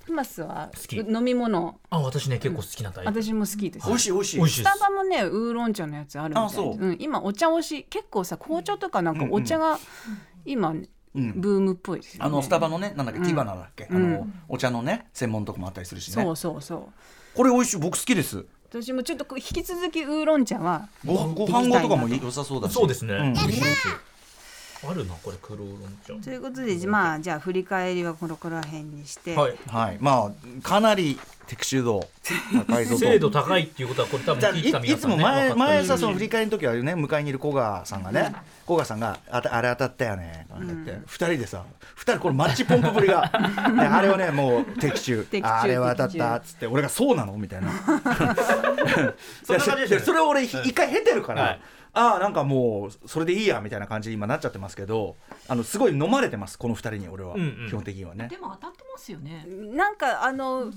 D: トマスは
C: 好き
D: 飲み物
C: あ私ね結構好きなタイプ、
D: 私も好きです
B: 美味しい美味しい
C: 美味しい
D: ス
C: で
D: タ
C: す
D: バもねウーロン茶のやつあるみたい
B: あそう
D: ですうん、今お茶推し結構さ紅茶とかなんかお茶が今、
B: うん
D: ブームっぽいですよね
B: あのスタバのねなんだっけ、
D: うん
B: ティバナだっけ、あ
D: う
B: のお茶のね専門とかもあったりするしね
D: そうそうそう
B: これ美味しい僕好きです
D: 私もちょっとこう引き続きウーロン茶は
B: ごご飯後とかも良さそうだし
C: そうですね、
B: うん
C: 美味しい美味しいあるなこれ黒ウーロン茶
D: ということでまあじゃあ振り返りはこのこら辺にして、
C: はい
B: はい、まあかなり適中度高いぞと。
C: 精度高いっていうことはこれ多分
B: じゃあ
C: 聞いてた
B: いい
C: 皆
B: つ
C: さんね
B: も前
C: 分かった
B: 前さその振り返りの時はね迎えにいる古賀さんがね古賀さんがあたあれ当たったよねとか言って二人でさ二人このマッチポンプぶり がねあれはねもう的中
D: 的中
B: あれは当たったっつって俺がそうなのみたい ないや
C: そんな感じでしたね
B: それを俺ひ一回経てるか
C: は
B: ら
C: い
B: ああなんかもうそれでいいやみたいな感じに今なっちゃってますけどあのすごい飲まれてますこの二人に俺は
C: うんうん
B: 基本的にはね
E: でも当たってますよね。
D: なんかあの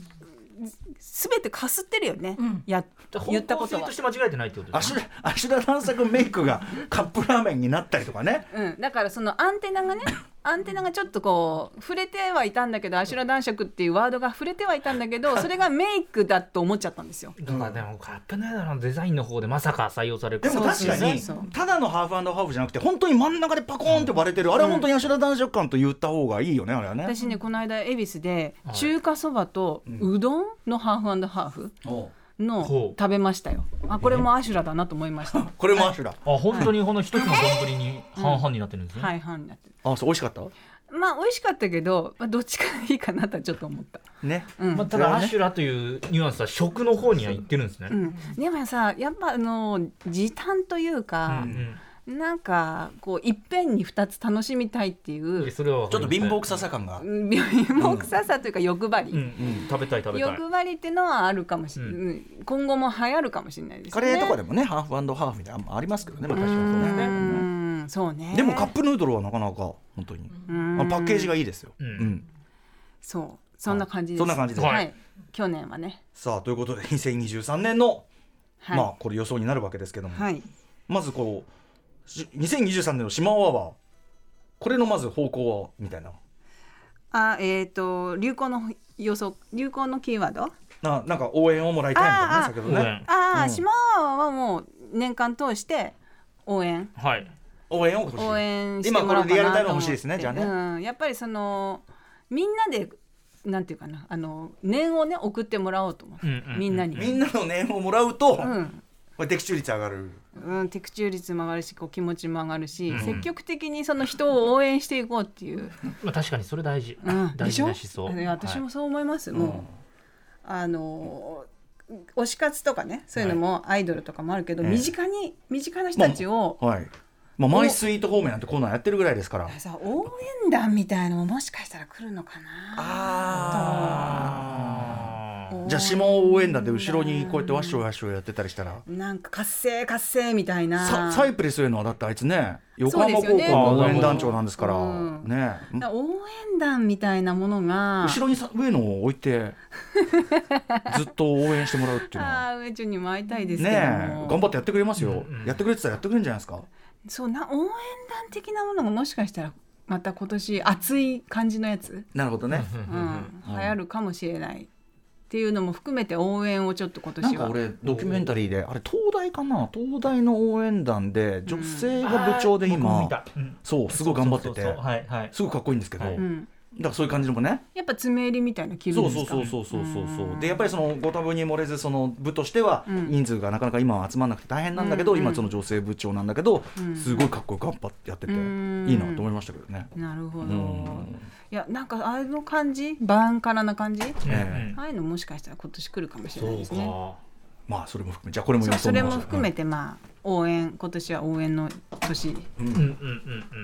D: すべてかすってるよね、
E: うん
D: や言った
C: 方向
D: こと
C: 性
D: は
C: とし。て間違えてないってこと
B: ア
C: です
B: シ
C: ね
B: ュラアシュラ探索メイクがカップラーメンになったりとかね
D: うん、だからそのアンテナがねアンテナがちょっとこう触れてはいたんだけど「アシュラ男爵」っていうワードが触れてはいたんだけどそれがメイクだと思っちゃったんですよ。
C: だからでもカップヌードルのデザインの方でまさか採用される
B: でも確かに
D: そうそうそう
B: ただのハーフハーフじゃなくて本当に真ん中でパコーンって割れてる、あれは本当に八代男爵感と言った方がいいよねあれはね
D: 私ねこの間恵比寿で
C: はい
D: 中華そばとうどんのハーフハーフ
B: おう
D: の
C: ほう
D: 食べましたよ。あこれもアシュラだなと思いまし た。は
B: これもアシュラ
C: あ本当にこの一つの丼に半々になってるんですね、
D: いはいになって
B: あそう美味しかった
D: るまあ美味しかったけど、まあ、どっちかがいいかなとはちょっと思った。
B: ね
D: うん
C: まあ、ただアシュラというニュアンスは食の方には行ってるんですね、
D: うん、でもさやっぱあの時短というか
C: う、ん
D: なんかこういっぺんに2つ楽しみたいっていうう
C: でそれはわ
B: ち
C: か
B: ょっ
C: り
B: と
C: ます
B: 貧乏臭さ感が、
D: うん貧乏くささというか欲張り、
C: うんうん、食べたい食べたい
D: 欲張りってのはあるかもしれない、
C: う
D: うん今後も流行るかもしれないです
B: カ
D: ね
B: レーとか
D: で
B: でもねハーフハーフみたいなのありますけどね昔は
D: う
B: そうですね
D: んそうね
B: でもカップヌードルはなかなか本当に、
D: うん
B: あパッケージがいいですよ、
C: うん
D: そうそんな感じです、
B: そんな感じです
D: は、
C: はい
D: 去年はね
B: さあということで2023年の、
D: はい、
B: まあこれ予想になるわけですけども、
D: はい、
B: まずこうし2023年の島アワーこれのまず方向はみたいな
D: あえっ、と流行の予想流行のキーワード
B: ななんか応援をもらいたいみたいなね
D: あー
B: 先ほど
C: 応
B: ね
C: 援
D: ああ、
B: うん
D: 島はもう年間通して応援
C: はい
B: 応援を欲しい
D: 応援して
B: 今
D: も
B: こ
D: らお
B: れ
D: うか
B: リアル
D: な
B: タイ
D: と
B: ム
D: 思
B: 欲
D: っ
B: しい
D: て
B: ですねじゃあね、
D: うん、やっぱりそのみんなでなんていうかなあの念をね送ってもらおうと思って、
C: うんうんうん
D: みんなに。
B: みんなの念をもらうと、
D: うん
B: これ的中率上がる
D: うん、的中率も上がるしこう気持ちも上がるし、積極的にその人を応援していこうっていう、
C: まあ、確かにそれ大事、
D: うん、
C: 大
D: でし
C: 事
D: ょ
C: な思想
D: いや私もそう思います、もう、あの推し活とかねそういうのもアイドルとかもあるけど、
B: ええ
D: 身近に身近な人たちを、
B: はいまあ、マイスイート方面なんてコーナーやってるぐらいですから
D: さ応援団みたいのももしかしたら来るのかな
B: あ
C: あー
D: お
B: じゃあ島応援団で後ろにこうやってワッショイワッショイやってたりしたら
D: なんか活性活性みたい
B: サ
D: な
B: サイプレスへのはだってあいつね横
D: そうで
B: 浜
D: す
B: 高校
D: よね
B: の応援団長なんですから
D: うん
B: ね
D: だから応援団みたいなものが
B: 後ろにさ上野を置い てずっと応援してもらうっていうのは。
D: あー上中にも会いたいです
B: ね
D: けど
B: え
D: も、
B: 頑張ってやってくれますよ、
C: うんうん
B: やってくれてたらやってくれるんじゃないですか
D: そうな応援団的なものがもしかしたらまた今年熱い感じのやつ、
B: なるほどね
D: うん流行るかもしれないっていうのも含めて応援をちょっと今
B: なん
D: 年は
B: か俺ドキュメンタリーであれ東大かな東大の応援団で女性が部長で
C: 僕も
B: 今、
C: 見たうん
B: そうすごい頑張ってて
C: そうそうそうはいはい
B: すごいかっこいいんですけど、
C: はい
D: うん、
B: だからそういう感じのもね
D: やっぱ爪襟みたいな着るん
B: そう
D: です
B: そう
D: か
B: そうそうそうそう
D: う
B: そ
D: ん
B: うでやっぱりそのご多分に漏れずその部としては
D: うん
B: 人数がなかなか今は集まらなくて大変なんだけど、
D: うんうん
B: 今その女性部長なんだけど、
D: うん
B: すごいかっこよく頑張ってやってて、
D: うん
B: いいなと思いましたけどね。
D: なるほど、
B: うん
D: いやなんかあの感じバンカラな感じ、
B: え
D: ああいうのもしかしたら今年来るかもしれ
C: そ
D: な
C: う
D: いですね
C: か
B: まあそれも含めじゃあこれも
D: そ
B: 予
D: う
B: 想
D: それも含め
B: て、
D: てまあ応援今年は応援の年
B: うん
C: うんうんうんう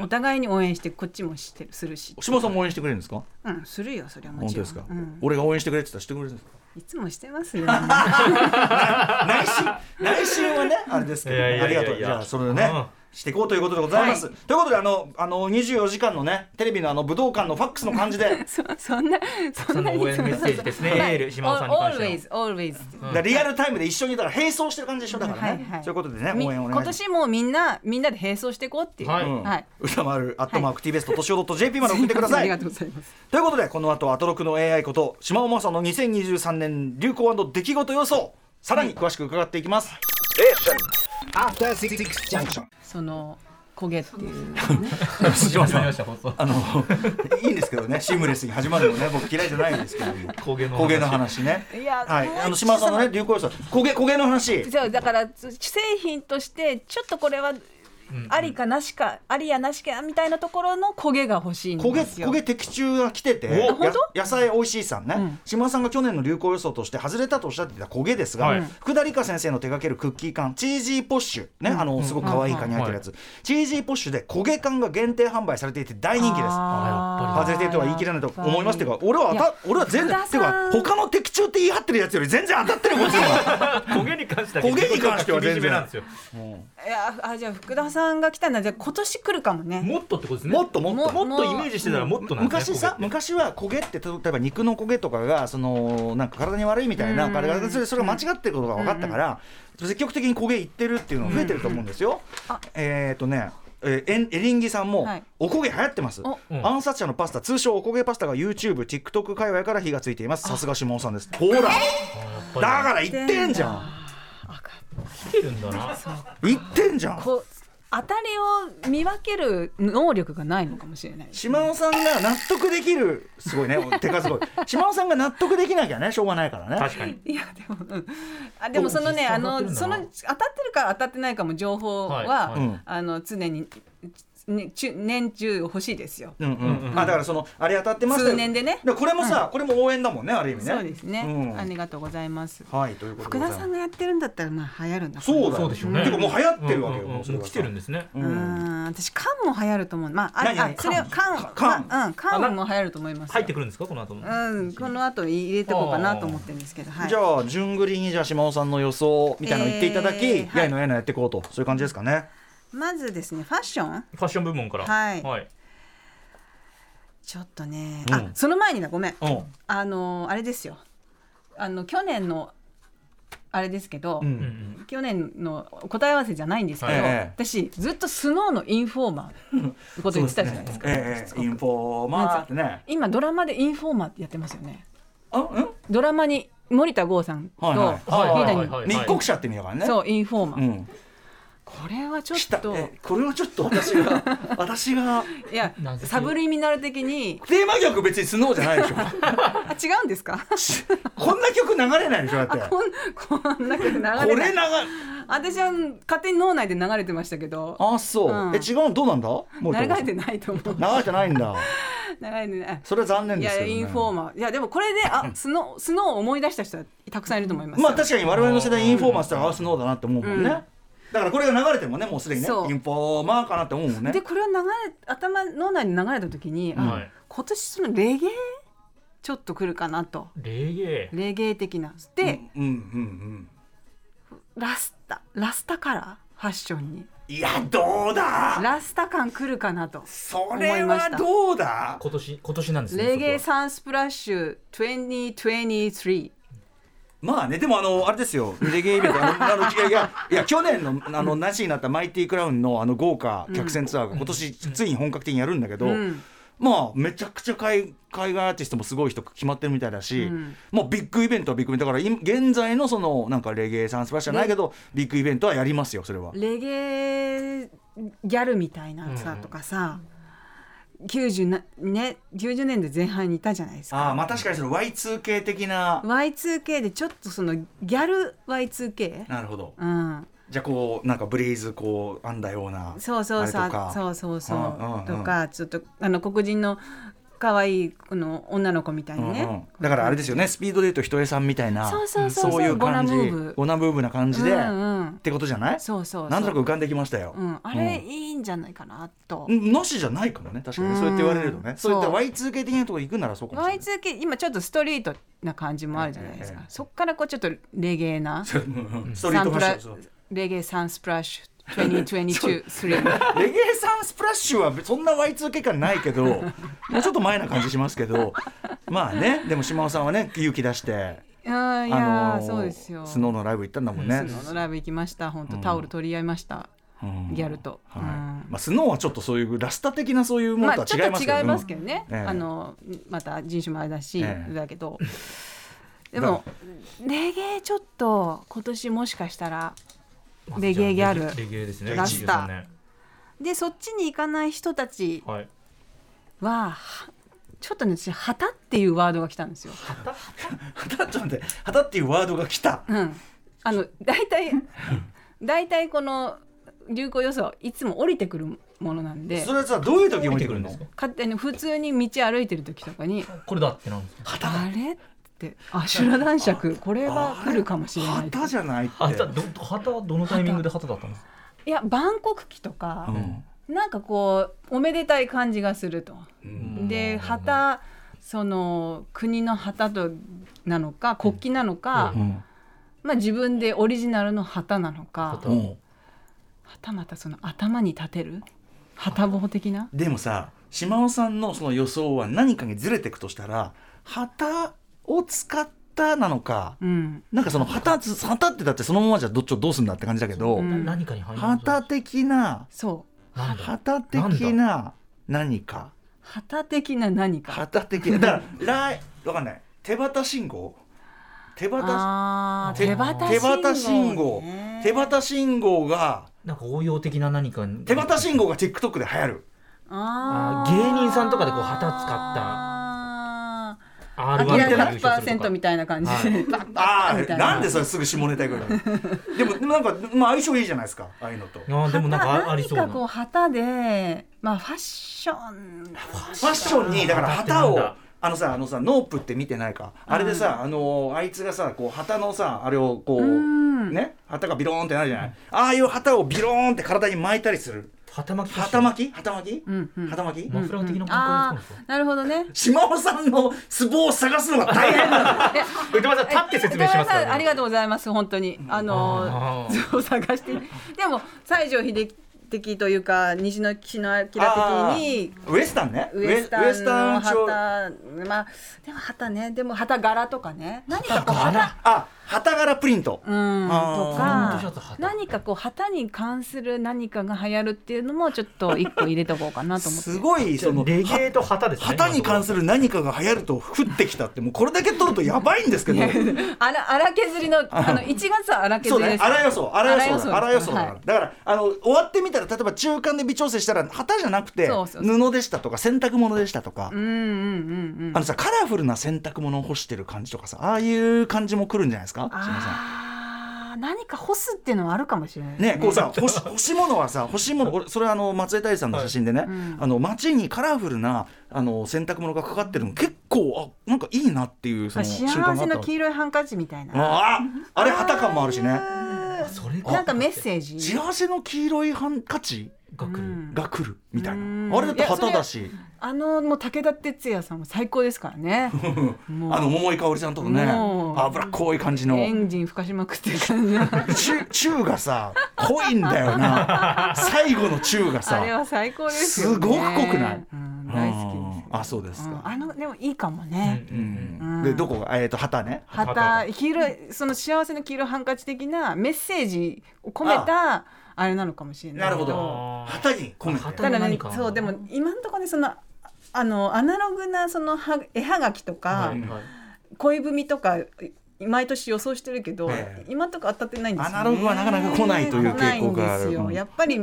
D: お
C: ん
D: 互いに応援してこっちもしてするし
B: 島さんも応援してくれるんですか
D: うんするよそれはも
B: 本
D: ち
B: 当
D: ろん
B: ですか、
D: うん、
B: 俺が応援してくれって言ったらしてくれるんですか
D: いつもしてますよ
B: 内心内心はねあれですけど、
C: いやいやいや
B: ありがとう
C: い
B: じ
C: や
B: ゃあそれでね、
C: うん
B: していこうということでございます。ということであのあの24時間のねテレビのあの武道館のファックスの感じで
D: そそんなそんな
C: その応援メッセージですねエール島尾さんに関しては
D: Always always
B: だからリアルタイムで一緒にいたら並走してる感じでしょだからね、
D: はいはい
B: そういうことでね
D: み
B: 応援お願いしま
D: 今
B: す
D: 年もみんなみんなで並走していこうっていう
C: はい
B: うん
D: はい
B: 歌丸アットマーク TBS ととしおドット JP まで送ってくださ
D: あ
B: い。
D: りがとうございます
B: ということでこの後アトロクの AI こと島尾真さんの2023年流行出来事予想さらに詳しく伺っていきます。
E: After Six Six Junction.
D: その焦げっていう
B: 島尾
C: 始ま
B: さ
C: りま
B: ん
C: した放送
B: あのいいんですけどねシームレスに始まるのね僕嫌いじゃないんですけども
C: 工芸の話
B: 工芸の話ね
D: いや
B: はい
D: もう
B: あの島尾さんのね流行予想工芸工芸の話
D: そうだからつ製品としてちょっとこれはありかなしか、ありやなしかみたいなところの焦げが欲しいん
B: 焦げ
D: ですよ
B: 焦げ的中が来ててや
D: 本
B: 野菜おいしいさんね、
D: ん
B: 島田さんが去年の流行予想として外れたとおっしゃっていた焦げですが、
C: はい
B: 福田理香先生の手掛けるクッキー缶チージーポッシュね、あのすごく可愛い缶に入ってるやつ、チージーポッシュで焦げ缶が限定販売されていて大人気です
C: あー
B: 外れてるとは言い切れないと思いますっていうか俺は当
D: い
B: た
D: や
B: 俺は全然
D: 福田
B: て
D: さ
B: か
D: ん
B: 他の的中って言い張ってるやつより全然当たってるこっちの方が
C: 焦げに関しては
B: 焦げに関しては全然
C: 厳しめなんですよ
D: いやあじゃあ福田さんが来たのはじゃあ今年来るかもね。
C: もっとってことですね
B: もっともっと
C: もっとイメージしてたらもっとなんで
B: 昔
C: すね
B: さ
C: 焦げって
B: 昔は焦げって例えば肉の焦げとかがそのなんか体に悪いみたいな
D: うん
B: あれがそれそれが間違ってることが分かったから積極的に焦げいってるっていうのが増えてると思うんですよ。えっ、とねえーエンエリンギさんも、
D: はい
B: おこげ流行ってます
D: お、
C: うん
B: 暗殺者のパスタ通称おこげパスタが YouTubeTikTok 界隈から火がついていますさすが下尾さんですほらだ
C: これ
B: から言ってんじゃん
C: 来てるんだな
B: 言ってんじゃん
D: こう当たりを見分ける能力がないのかもしれない
B: 島尾さんが納得できるすごいね手数すごい島尾さんが納得できなきゃねしょうがないからね
C: 確かに
D: いやでも、うん、あでもその
C: 実
D: ね
C: 際
D: あ
C: 当たってる
D: の
C: んだ
D: そ
C: な
D: の当たってるか当たってないかも情報は、
C: はいはい
B: うん
D: あの常にね中年中欲しいですよ。
B: うんうんあだからそのあれ当たってましたよ
D: 数年でね
B: これもさ、これも応援だもんねある意味ね
D: そうですね、
B: うん
D: ありがとうございます。
B: はいということで
D: 福
B: ござ
D: 田
B: います
D: さんがやってるんだったらまあ流行るんだから
B: そうだよ
C: そうでしょうね
B: てかもう流行ってるわけよ
C: うんうんうん
B: もうそれ
C: も
B: は
C: う
B: さ
C: 来てるんですね
D: うーん私缶も流行ると思う。まああ
B: 何
D: あそれは缶
B: 缶
D: まあうん缶も流行ると思いますよ。
C: 入ってくるんですかこの後も
D: うんこの後入れてこうかなと思ってるんですけど、はい。
B: じゃあ順繰りにじゃあ島尾さんの予想みたいなの言っていただき、
D: えーはい
B: やいのやいのやっていこうとそういう感じですかね
D: まずですねファッション
C: ファッション部門から
D: はい
C: はい
D: ちょっとね、
B: うん
D: あその前にだごめん。
B: うん
D: あのあれですよあの去年のあれですけど、
B: うん
C: うんうん
D: 去年の答え合わせじゃないんですけど、
C: はい
B: え
D: 私ずっとスノーのインフォーマ ーのこと言ってたじゃないですか。
B: ええインフォーマーってね
D: 今ドラマでインフォーマーってやってますよね。
B: あうん
D: ドラマに森田剛さんと
B: はいはい
D: リーダーに、
C: はい
B: 密告者って意味だからね
D: そうインフォーマー、
B: ん、
D: これはちょ
B: 来た
D: っと
B: えこれはちょっと私が私が
D: いや
C: なんで
D: サブリミナル的に
B: テーマ曲別にスノーじゃないでしょ
D: あ違うんですか
B: し こんな曲流れないでしょだってこ
D: こん こんな曲流れない
B: れ流れ
D: 私は勝手に脳内で流れてましたけど
B: あそう、
D: うん
B: え違うのどうなんだもう
D: 流れて
B: い
D: ないと思う
B: 流れてないんだ
D: 流れてない
B: それは残念
D: い
B: です
D: や
B: けど、ね、
D: インフォーマーいやでもこれであスノースノーを思い出した人はたくさんいると思いますよ
B: まあ確かに我々の世代インフォーマーしたら合わせの方だなって思うもんね、だからこれが流れてもねもうすでにねインフ
D: そう
B: ォーマーかなって思うもんね
D: でこれは流れ頭脳内に流れた時に、あ
C: はい
D: 今年そのレゲエちょっと来るかなと
C: レゲエ
D: レゲエ的なで、
B: うんうんうん
D: ラスタラスタカラーファッションに
B: いやどうだ
D: ラスタ感来るかなと
B: それはどうだ
C: 今年今年なんですね
D: レゲエ
C: そ
D: サンスプラッシュ2023
B: まあねでもあのあれですよレゲエイベントあのあのいやいやいや去年のあのなしになったマイティクラウンのあの豪華客船ツアーが今年ついに本格的にやるんだけど、
D: うん
B: まあめちゃくちゃ海海外アーティストもすごい人決まってるみたいだし、
D: うん
B: もうビッグイベントはビッグイベントだから今現在のそのなんかレゲエサンスプラッシュじゃないけどビッグイベントはやりますよそれは。
D: レゲエギャルみたいなさとかさ、90なね90年代前半にいたじゃないですか。
B: ああまあ確かにその Y2K 的な
D: Y2K でちょっとそのギャル Y2K、
B: なるほど
D: うん、
B: じゃあこうなんかブリーズこう編んだような
D: そうそうそう
B: あれとか
D: そうそうそう
B: うんうんうん
D: とかちょっとあの黒人の可愛いこの女の子みたいにね、
B: うんうんだからあれですよねスピードで言うと人江さんみたいな
D: そうそうそうそう
B: いう感じ
D: ゴナムーブ
B: ゴナムーブな感じで、
D: うん
B: っ
D: うん、
B: てことじゃない
D: そうそうそう
B: なんとなく浮かんできましたよ
D: う、ん、あれいいんじゃないかなと、
B: うんなしじゃないかもね確かに、
D: うん
B: そうやって言われるとねそ
D: そうう
B: いった Y2K 的なところ行くならそうかもしれない
D: Y2K 今ちょっとストリートな感じもあるじゃないですか、
B: ええええ
D: そっからこうちょっとレゲエな
B: うんうんストリートファッションそう
D: レゲエサンスプラッシュ2022
B: レゲエさんスプラッシュはそんな Y2K 感ない けどもうちょっと前な感じしますけどまあねでも島尾さんはね勇気出して
D: うんいやーそうですよ
B: スノーのライブ行ったんだもんね
D: ス。ノーのライブ行きました本当タオル取り合いました、
B: うん
D: ギャルと、
B: はい
D: うん
B: まあ、スノーはちょっとそういうラスタ的なそういうもの
D: ま
B: と
D: あ
B: は
D: ち
B: 違
D: ょ
B: い
D: っ
B: ま
D: と
B: すけど、
D: 違いますけどね、
B: ええ
D: あのまた人種もあれだし、
B: ええ
D: だ けどでもレゲエちょっと今年もしかしたら
C: こ
D: レゲエギャル
C: レゲエですね
D: ラスタ
C: 2023年
D: でそっちに行かない人たち
C: はい
D: ははちょっとね私「旗」っていうワードが来たんですよ。
B: 旗 ちょっと待って旗っていうワードが来た
D: うん、あの大体大体この流行予想いつも降りてくるものなんで
B: それはさどういう時に降りてくる
C: 降
B: の
C: りてくるんで
D: 勝手に普通に道歩いてる時と かに
C: これだってなんですか
D: 「あれ?」って「アシュラ男爵これは来るかもしれない」
B: 旗じゃないって
C: 旗ど旗はどのタイミングで旗だったんですか
D: いや万国旗と
B: う
D: か、
B: ん
D: なんかこうおめでたい感じがすると。
B: うん
D: で旗その国の旗となのか国旗なのか、
B: うん
D: まあ、自分でオリジナルの旗なのか
C: 旗うん
D: はたまたその頭に立てる旗棒的な
B: でもさ島尾さんのその予想は何かにずれていくとしたら旗を使ったなのか、
D: うん、
B: なんかその旗つ旗ってだってそのままじゃどっちをどうすんだって感じだけど、
D: うん
C: 何かに反映される
B: 旗的な
D: そう
C: なんだ
B: 旗的な何か
D: 旗的な何か
B: 旗的なだから来わかんない手旗信号手旗
D: あー
B: 手
D: 手旗
B: 手旗信号
D: ね
B: 手旗信号が
C: なんか応用的な何かに
B: 手旗信号が TikTok で流行る
D: あ
C: あー芸人さんとかでこう旗使った
D: っ
C: あ
D: 明らか
C: 優勝すると
D: 100%みたいな感じ
C: は
D: でバッバ
B: あ
D: ッみた
B: あ
D: い
B: なんでそれすぐ下ネタいくのでもでもなんか、まあ、相性いいじゃないですかああいうのとフ
C: あーでもなんかああり
D: 何
C: そうな
D: かこう旗でまあファッション
B: ァッションにだから旗
C: 旗ってなん
B: を
C: だ
B: あのさあのさノープって見てないかあれでさあのあいつがさこう旗のさあれをこうね旗がビローンってなるじゃないああいう旗をビローンって体に巻いたりする
C: 旗巻きとして
B: 旗巻き旗巻き
D: んうん
B: 旗巻き
C: マフラー的な
D: あ
C: 感覚ですか
D: あなるほどね
B: 島尾さんのツボを探すのが大変なんだ
C: 歌丸さん立って説明しますか
D: え歌丸さん
C: ら
D: あり
C: ね
D: がとうございます本当にあの
C: あー
D: そう探してでも西城秀樹的というか西の岸の明的
B: あ
D: に
B: ーウエスタンね
D: ウエスタンの
B: 調
D: 旗まあでも旗ねでも旗柄とかね何かこう
C: あ
D: 旗
C: ら
B: あ旗柄プリント、
D: うんと
B: あ
C: ー
D: か
C: プリントシャツ旗
D: 何かこう旗に関する何かが流行るっていうのもちょっと一個入れとこうかなと思って
B: すごいその
C: レゲエと旗ですね
B: 旗に関する何かが流行ると降ってきたってもうこれだけ取るとやばいんですけど
D: あら荒削りのあの1月は荒
B: そ
D: 削
B: う
D: り
B: だね
D: です
B: 荒予想荒予想だ荒
D: 荒
B: 予
D: 予
B: 想
D: 想
B: だから、だからあの終わってみたら例えば中間で微調整したら旗じゃなくて
D: そうそう
B: 布でしたとか洗濯物でしたとか、
D: うんうんうんうん
B: あのさカラフルな洗濯物を干してる感じとかさああいう感じも来るんじゃないですか島田さん
D: あー何か干すっていうのはあるかもしれないです
B: ね、こう さ欲し欲しいものはさ欲しいもの俺それはあの松江大さんの写真でね、あの街にカラフルなあの洗濯物がかかってるの結構あなんかいいなっていうその瞬間
D: 幸
B: があ
D: せ
B: った
D: の黄色いハンカチみたいな
B: あああれ旗感もあるしね
C: それ
D: なん
C: が
D: かメッセージ
B: 幸せの黄色いハンカチ
C: 来る
B: が来るみたい
D: うん
B: なあれだって旗だし
D: あのもう武田鉄矢さんも最高ですか らねもう
B: あの桃井かおりさんとかね
D: もう
B: 脂っこい感じの
D: エンジンふかしまくってる感じの
B: 中中がさ濃いんだよ な最後の中が
D: あれ
B: さ
D: は最高ですよね
B: すごく濃くない
D: うん大好きです
B: うんあそうです
D: うん
B: か、
D: あのでもいいかもね、
C: う
B: うんん
D: うん
B: でどこがえっ、と旗ね
D: 旗黄色いその幸せの黄色いハンカチ的なメッセージを込めたあれなのかもしれない
B: なるほど
C: あー
B: 旗に込めて
C: 旗
D: ただ
C: 何
D: ね
C: か
D: そうでも今のところねそのあのアナログなそのは絵はがきとか、
C: はいはい
D: 恋文とかい毎年予想してるけど、
B: ええ
D: 今のところ当たってないんですよ、ね、
B: アナログはなかなか来ないという傾向がある
D: 来ないんですよやっぱり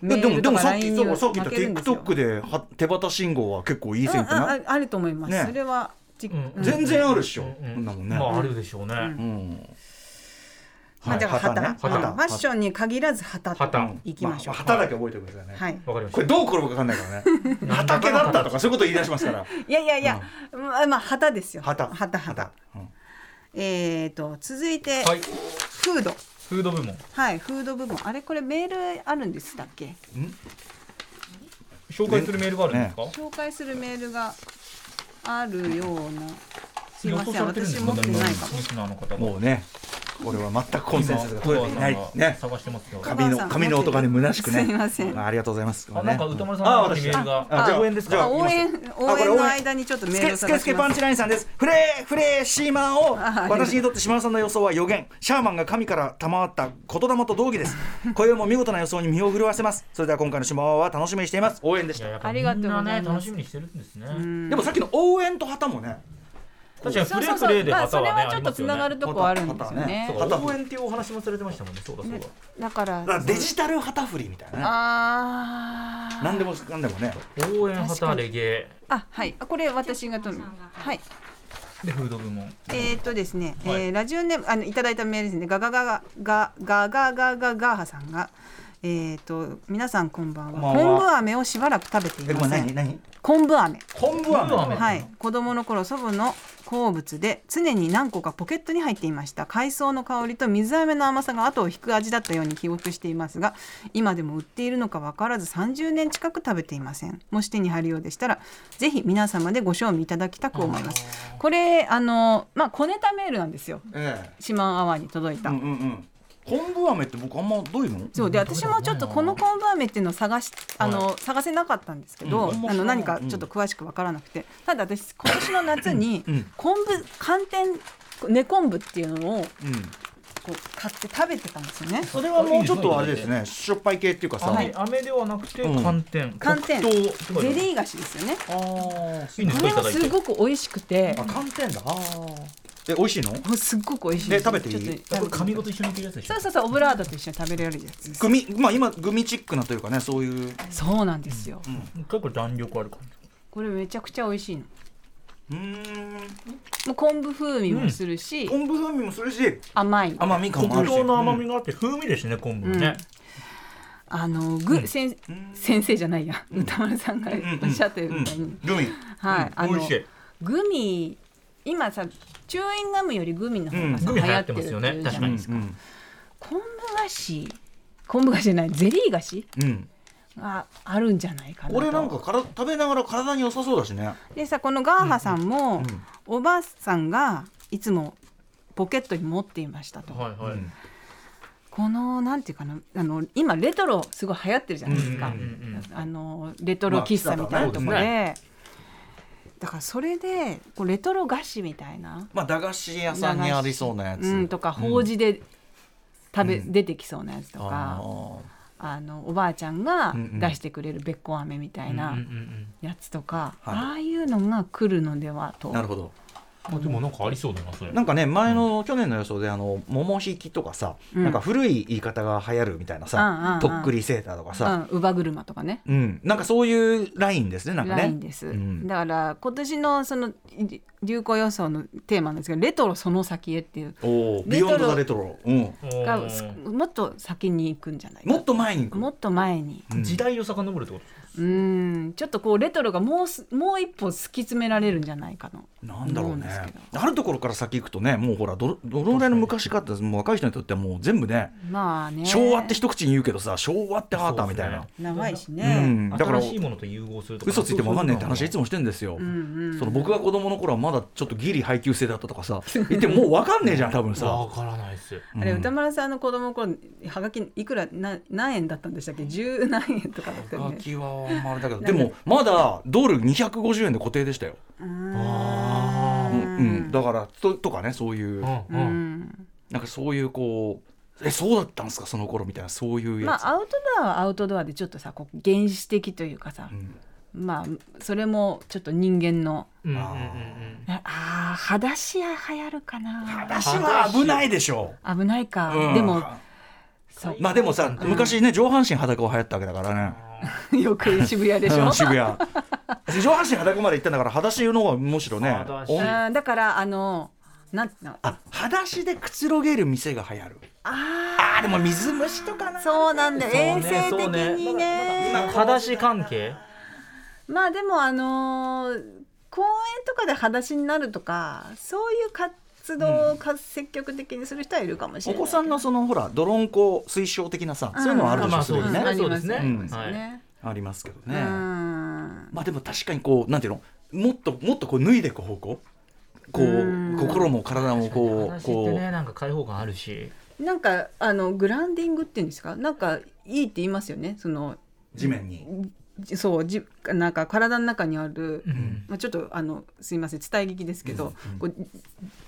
D: メ
B: で
D: ー
B: も
D: ル
B: で
D: と
B: も
D: か
B: さっき
D: LINE に
B: そう
D: は
B: さっき言った
D: 負けるんですよ
B: TikTok では手旗信号は結構いい線か
D: うんあ
B: な、
D: ああると思います、
B: ね
D: それはち
C: うん
D: うん
B: 全然あるっしょ、
C: うんうん
B: こんなもんね、
C: まああるでしょうね
B: うん
D: まあ、じゃあ旗,、
B: ね
D: うん
B: 旗
D: ファッションに限らず旗と
C: 旗
D: いきましょう、
B: あ旗だけ覚えてくださいね、
D: はい
C: わかりまし
B: こ
C: た
B: れどう転ぶか分かんないから ね畑だったとかそういうこと言い出しますから
D: いやいやいや、まあまあ旗ですよ
B: 旗
D: 旗旗
B: うん
D: えー、と続いて、
C: はい
D: フード
C: フード部門
D: はいフード部門あれこれメールあるんですだっけ
C: 紹介するメールがあるんですか
D: 紹介するメールがあるようなすい
C: 予
D: ま
C: 想
D: せん
C: されてるんで
D: 私
C: す
D: 持ってないかも
C: リスナーの方が
B: もうねこれは全くコンセンサスが取れていない
C: ね
B: ね
C: 探してますよ
D: カ
B: 髪
D: お母さ
B: の
D: ん
B: 髪の音がね虚しくね
D: すいません
B: あありがとうございます
C: あなんか歌丸さん
B: あ
C: の方に
B: 私
C: メールが
B: あじゃあ
C: 応援ですか
B: じゃあ
D: あ応援
B: あ
D: 応
B: これ
D: 援の間にちょっとメ
B: ス
D: ール
B: ケ
D: を
B: スケ
D: 探
B: ス
D: し
B: ケパ
D: ま
B: ン
D: す
B: チラインさんです。フレーフレーシーマンを
D: はい
B: 私にとって島田さんの予想は予言。シャーマンが神から賜った言霊と同義 です。今宵も見事な予想に身を震わせます。それでは今回の島は楽しみにしています。応援でし
C: いやや
B: た。
C: っぱ
D: ありがとう
C: み
D: ご
C: ん
D: ざ
C: ない
D: ます
C: ね楽しみにしてるんですね
B: でもさっきの応援と旗もね。
C: 確かに
D: そ
C: フ
D: う
C: レー
D: そうそ
C: フ
D: う
C: レーで
D: まあそ
C: 旗
D: れ
C: はね
D: は
C: あ
D: ちょ
C: りま
D: っと
C: す
D: つ
C: よ
D: なが
C: ね
D: るとこあるんですよね
B: 旗旗ね
C: そうか応援っていうお話もされてましたもんねそうだそうだ
D: だから
B: だからデジタル旗振りみたいなね。
D: あー
B: なんでもかんでもね。
C: 応援旗レゲエ
D: あはいあこれ私が取るはい
C: でフード部門
D: えー、っとですね、
C: はい
D: えーラジオネームあのいただいたメールですねガガガガガガガガガガーハさんがえー、っと皆さんこんばん
B: こ
D: は
B: んばんは
D: 昆布飴をしばらく食べて
B: え
D: い
B: ご
D: ま
B: めん
D: せ
B: 何
D: ん
B: 何？
D: 昆布飴
B: 昆布
C: 昆布飴
B: 飴。
D: はい、子供の頃祖母の好物で常に何個かポケットに入っていました海藻の香りと水飴の甘さが後を引く味だったように記憶していますが今でも売っているのか分からず30年近く食べていませんもし手に入るようでしたらぜひ皆様でご賞味いただきたく思いますこれあのまあ小ネタメールなんですよ
B: え
D: シマンアワーに届い
B: え。
D: た、
B: うんうんうん。昆布飴って僕あんまどういうの？
D: そうで私もちょっとこの昆布飴っていうのを探しあの、探せなかったんですけど、
B: うん
D: あの何かちょっと詳しく分からなくて、ただ私今年の夏に
B: うん
D: 昆布寒天根昆布っていうのを
B: うん。
D: こう買って食べてたんですよね。
B: それはもうちょっとあれですねしょっぱい系っていうかさ、
C: 飴飴ではなくて
B: うん
C: 寒天
D: 寒天
C: 黒糖とか
D: ゼ
C: いうの
D: リー菓子ですよね。
B: あ
C: いいんですかいただ
D: これはい
C: て
D: すごく美味しくて
B: あ、寒天だあーえ美味しいの
D: もうすっごく美味しい。
B: え食べていい
D: ちょっと
C: これ
D: 食べ
C: 紙
D: て
C: ごと一緒にいけるやつでしょ
D: そうそうそうオブラートと一緒に食べれるやつです
B: グミまあ今グミチックなというかねそういう
D: そうなんですよ。
C: 結構弾力ある感じ
D: これめちゃくちゃ美味しいの。
B: うーん
D: もう昆布風味もするし、
B: 昆布風味もするし
D: 甘い。
B: 甘み感もあ
C: 黒
B: るし
C: 糖の甘みがあって風味ですね昆布もね
D: あのぐ、
C: ん
D: 先
B: ん
D: 先生じゃないや、歌丸さんが
B: ん
D: おっしゃってるみたいに、
B: うんグミ
D: はい、あ
C: 美
D: の
C: 味しい
D: グミ今さチューインガムよりグミの方がさ、
C: うんグミ
D: 流
C: 流
D: 行
C: 行
D: っ
C: ってて
D: る
C: ますよね
D: っていうじゃ
C: う
D: なん
C: う
D: い
C: ん
D: ですか昆布菓子昆布菓子じゃないゼリー菓子
B: うんうん
D: があるんじゃないかなと
B: これなんかから食べながら体に良さそうだしね
D: でさこのガーハさんも、おばあさんがいつもポケットに持っていましたと、
C: はいはい
B: うん
D: このなんていうかなあの今レトロすごい流行ってるじゃないですか、
C: うんうんうんうん
D: あのレトロ喫茶みたいなところ
B: まあ
D: で,、
B: 喫茶
D: だからそれでこうレトロ菓子みたいな
B: まあ駄菓子屋さんにありそうなやつ
D: うん、とか法事で食べ、出てきそうなやつと
B: あ
D: かあ
B: ー
D: のおばあちゃんが
B: うんうん
D: 出してくれるべっこ飴みたい
C: うんう
D: なんやつとか、
B: うんうんはい
D: ああいうのが来るのではと
B: なるほど
C: うんあでもなんかありそうだなそれ
B: なんかね前の去年の予想であの桃引きとかさ、
D: うん
B: なんか古い言い方が流行るみたいな
D: うんうんうん
B: さ、とっくりセーターとか
D: う
B: さ、
D: ん、乳母車とかね
B: うん、なんかそういうラインですねなんか
D: ライン
B: ね。
D: です、
B: うん
D: だから今年のそのい流行予想のテーマなんですけどレトロその先へっていう
B: おお、ビ
D: レトロ
B: ヨンドザレトロ、うん、
D: が
C: おー
D: すもっと先に行くんじゃないか
B: もっと前に行く。
D: もっと前に
B: うん
C: 時代を遡るってこと
D: うんちょっとこうレトロがもうすもう一歩突き詰められるんじゃないかの
B: なんだろう
D: 思ん
B: ね
D: ですけど。
B: あるところから先行くとね、もうほらどどのぐらいの昔かって、もう若い人にとってはもう全部ね、
D: まあね
B: 昭和って一口に言うけどさ、昭和ってあったみたいな。
D: 長いし
B: う
D: ね、
B: んだから
C: 新しいものと融合するとか
B: 嘘ついてもわかんねえって話いつ
C: も
B: もしてんですよ。
D: うんうん
B: その僕が子供の頃はまだちょっとギリ配給制だったとかさ、言ってももうわかんねえじゃん多分さ。
C: わからないです
D: あれ
B: うん
D: 歌丸さんの子供の頃はがきいくらな何円だったんでしたっけ十何円とかだったよ
B: ガ
D: ね
B: キはあんまあれだけどでもまだドル250円で固定でしたよ、
D: うーん
C: あ
B: うんうん、だからととかねそういう、
C: あう
D: うん
C: うん
D: ん
B: なんかそういうこうえそうだったんですかその頃みたいなそういう
D: ま
B: やつ、
D: あアウトドアはアウトドアでちょっとさこう原始的というかさ、
B: うん
D: まあそれもちょっと人間の
C: うんうんうん
B: あ
D: ああー裸足屋流行るかな
B: 私は危ないでしょ
D: 危ないか、
B: うん
D: で もそう
B: まあでもさ昔ね上半身裸を流行ったわけだからね、
D: よく渋谷でしょ、
B: う
D: うん
B: 渋谷上半身裸まで行ったんだから裸足の方がむしろね
C: 裸足
B: お
D: んだからあのなんていうのあ
B: あ裸足でくつろげる店が流行るあーでも水虫とかな
D: そうなんだ、
C: そう
D: 衛
C: ね
D: 生的
C: そ
D: に
C: うね
D: ね
C: 裸足関係
D: まあでもあのー公園とかで裸足になるとかそういう活動をか積極的にする人はいるかもし
B: お
D: れない、
B: 子さんのそのほらドロンコ推奨的なさそういうのはあるでし
C: ま
B: ょ
C: あ
B: すでに
C: まあ
B: ね
C: そうですね
D: あり
C: うん
D: ますよ
C: は
D: ね。
B: ありますけど
D: う
B: ね
D: ん
B: まあでも確かにこうなんていうのもっともっとこう脱いでいく方向こう心も体もこ
C: 裸
B: う
C: 足っ
B: こ
C: て
B: う
C: ねなんか開放感あるし
D: なんかあのグラウンディングっていうんですかなんかいいって言いますよねその
B: 地面に
D: じそうじなんか体の中にある、
C: ん
D: まあ、ちょっとあのすいません伝え聞きですけど、こう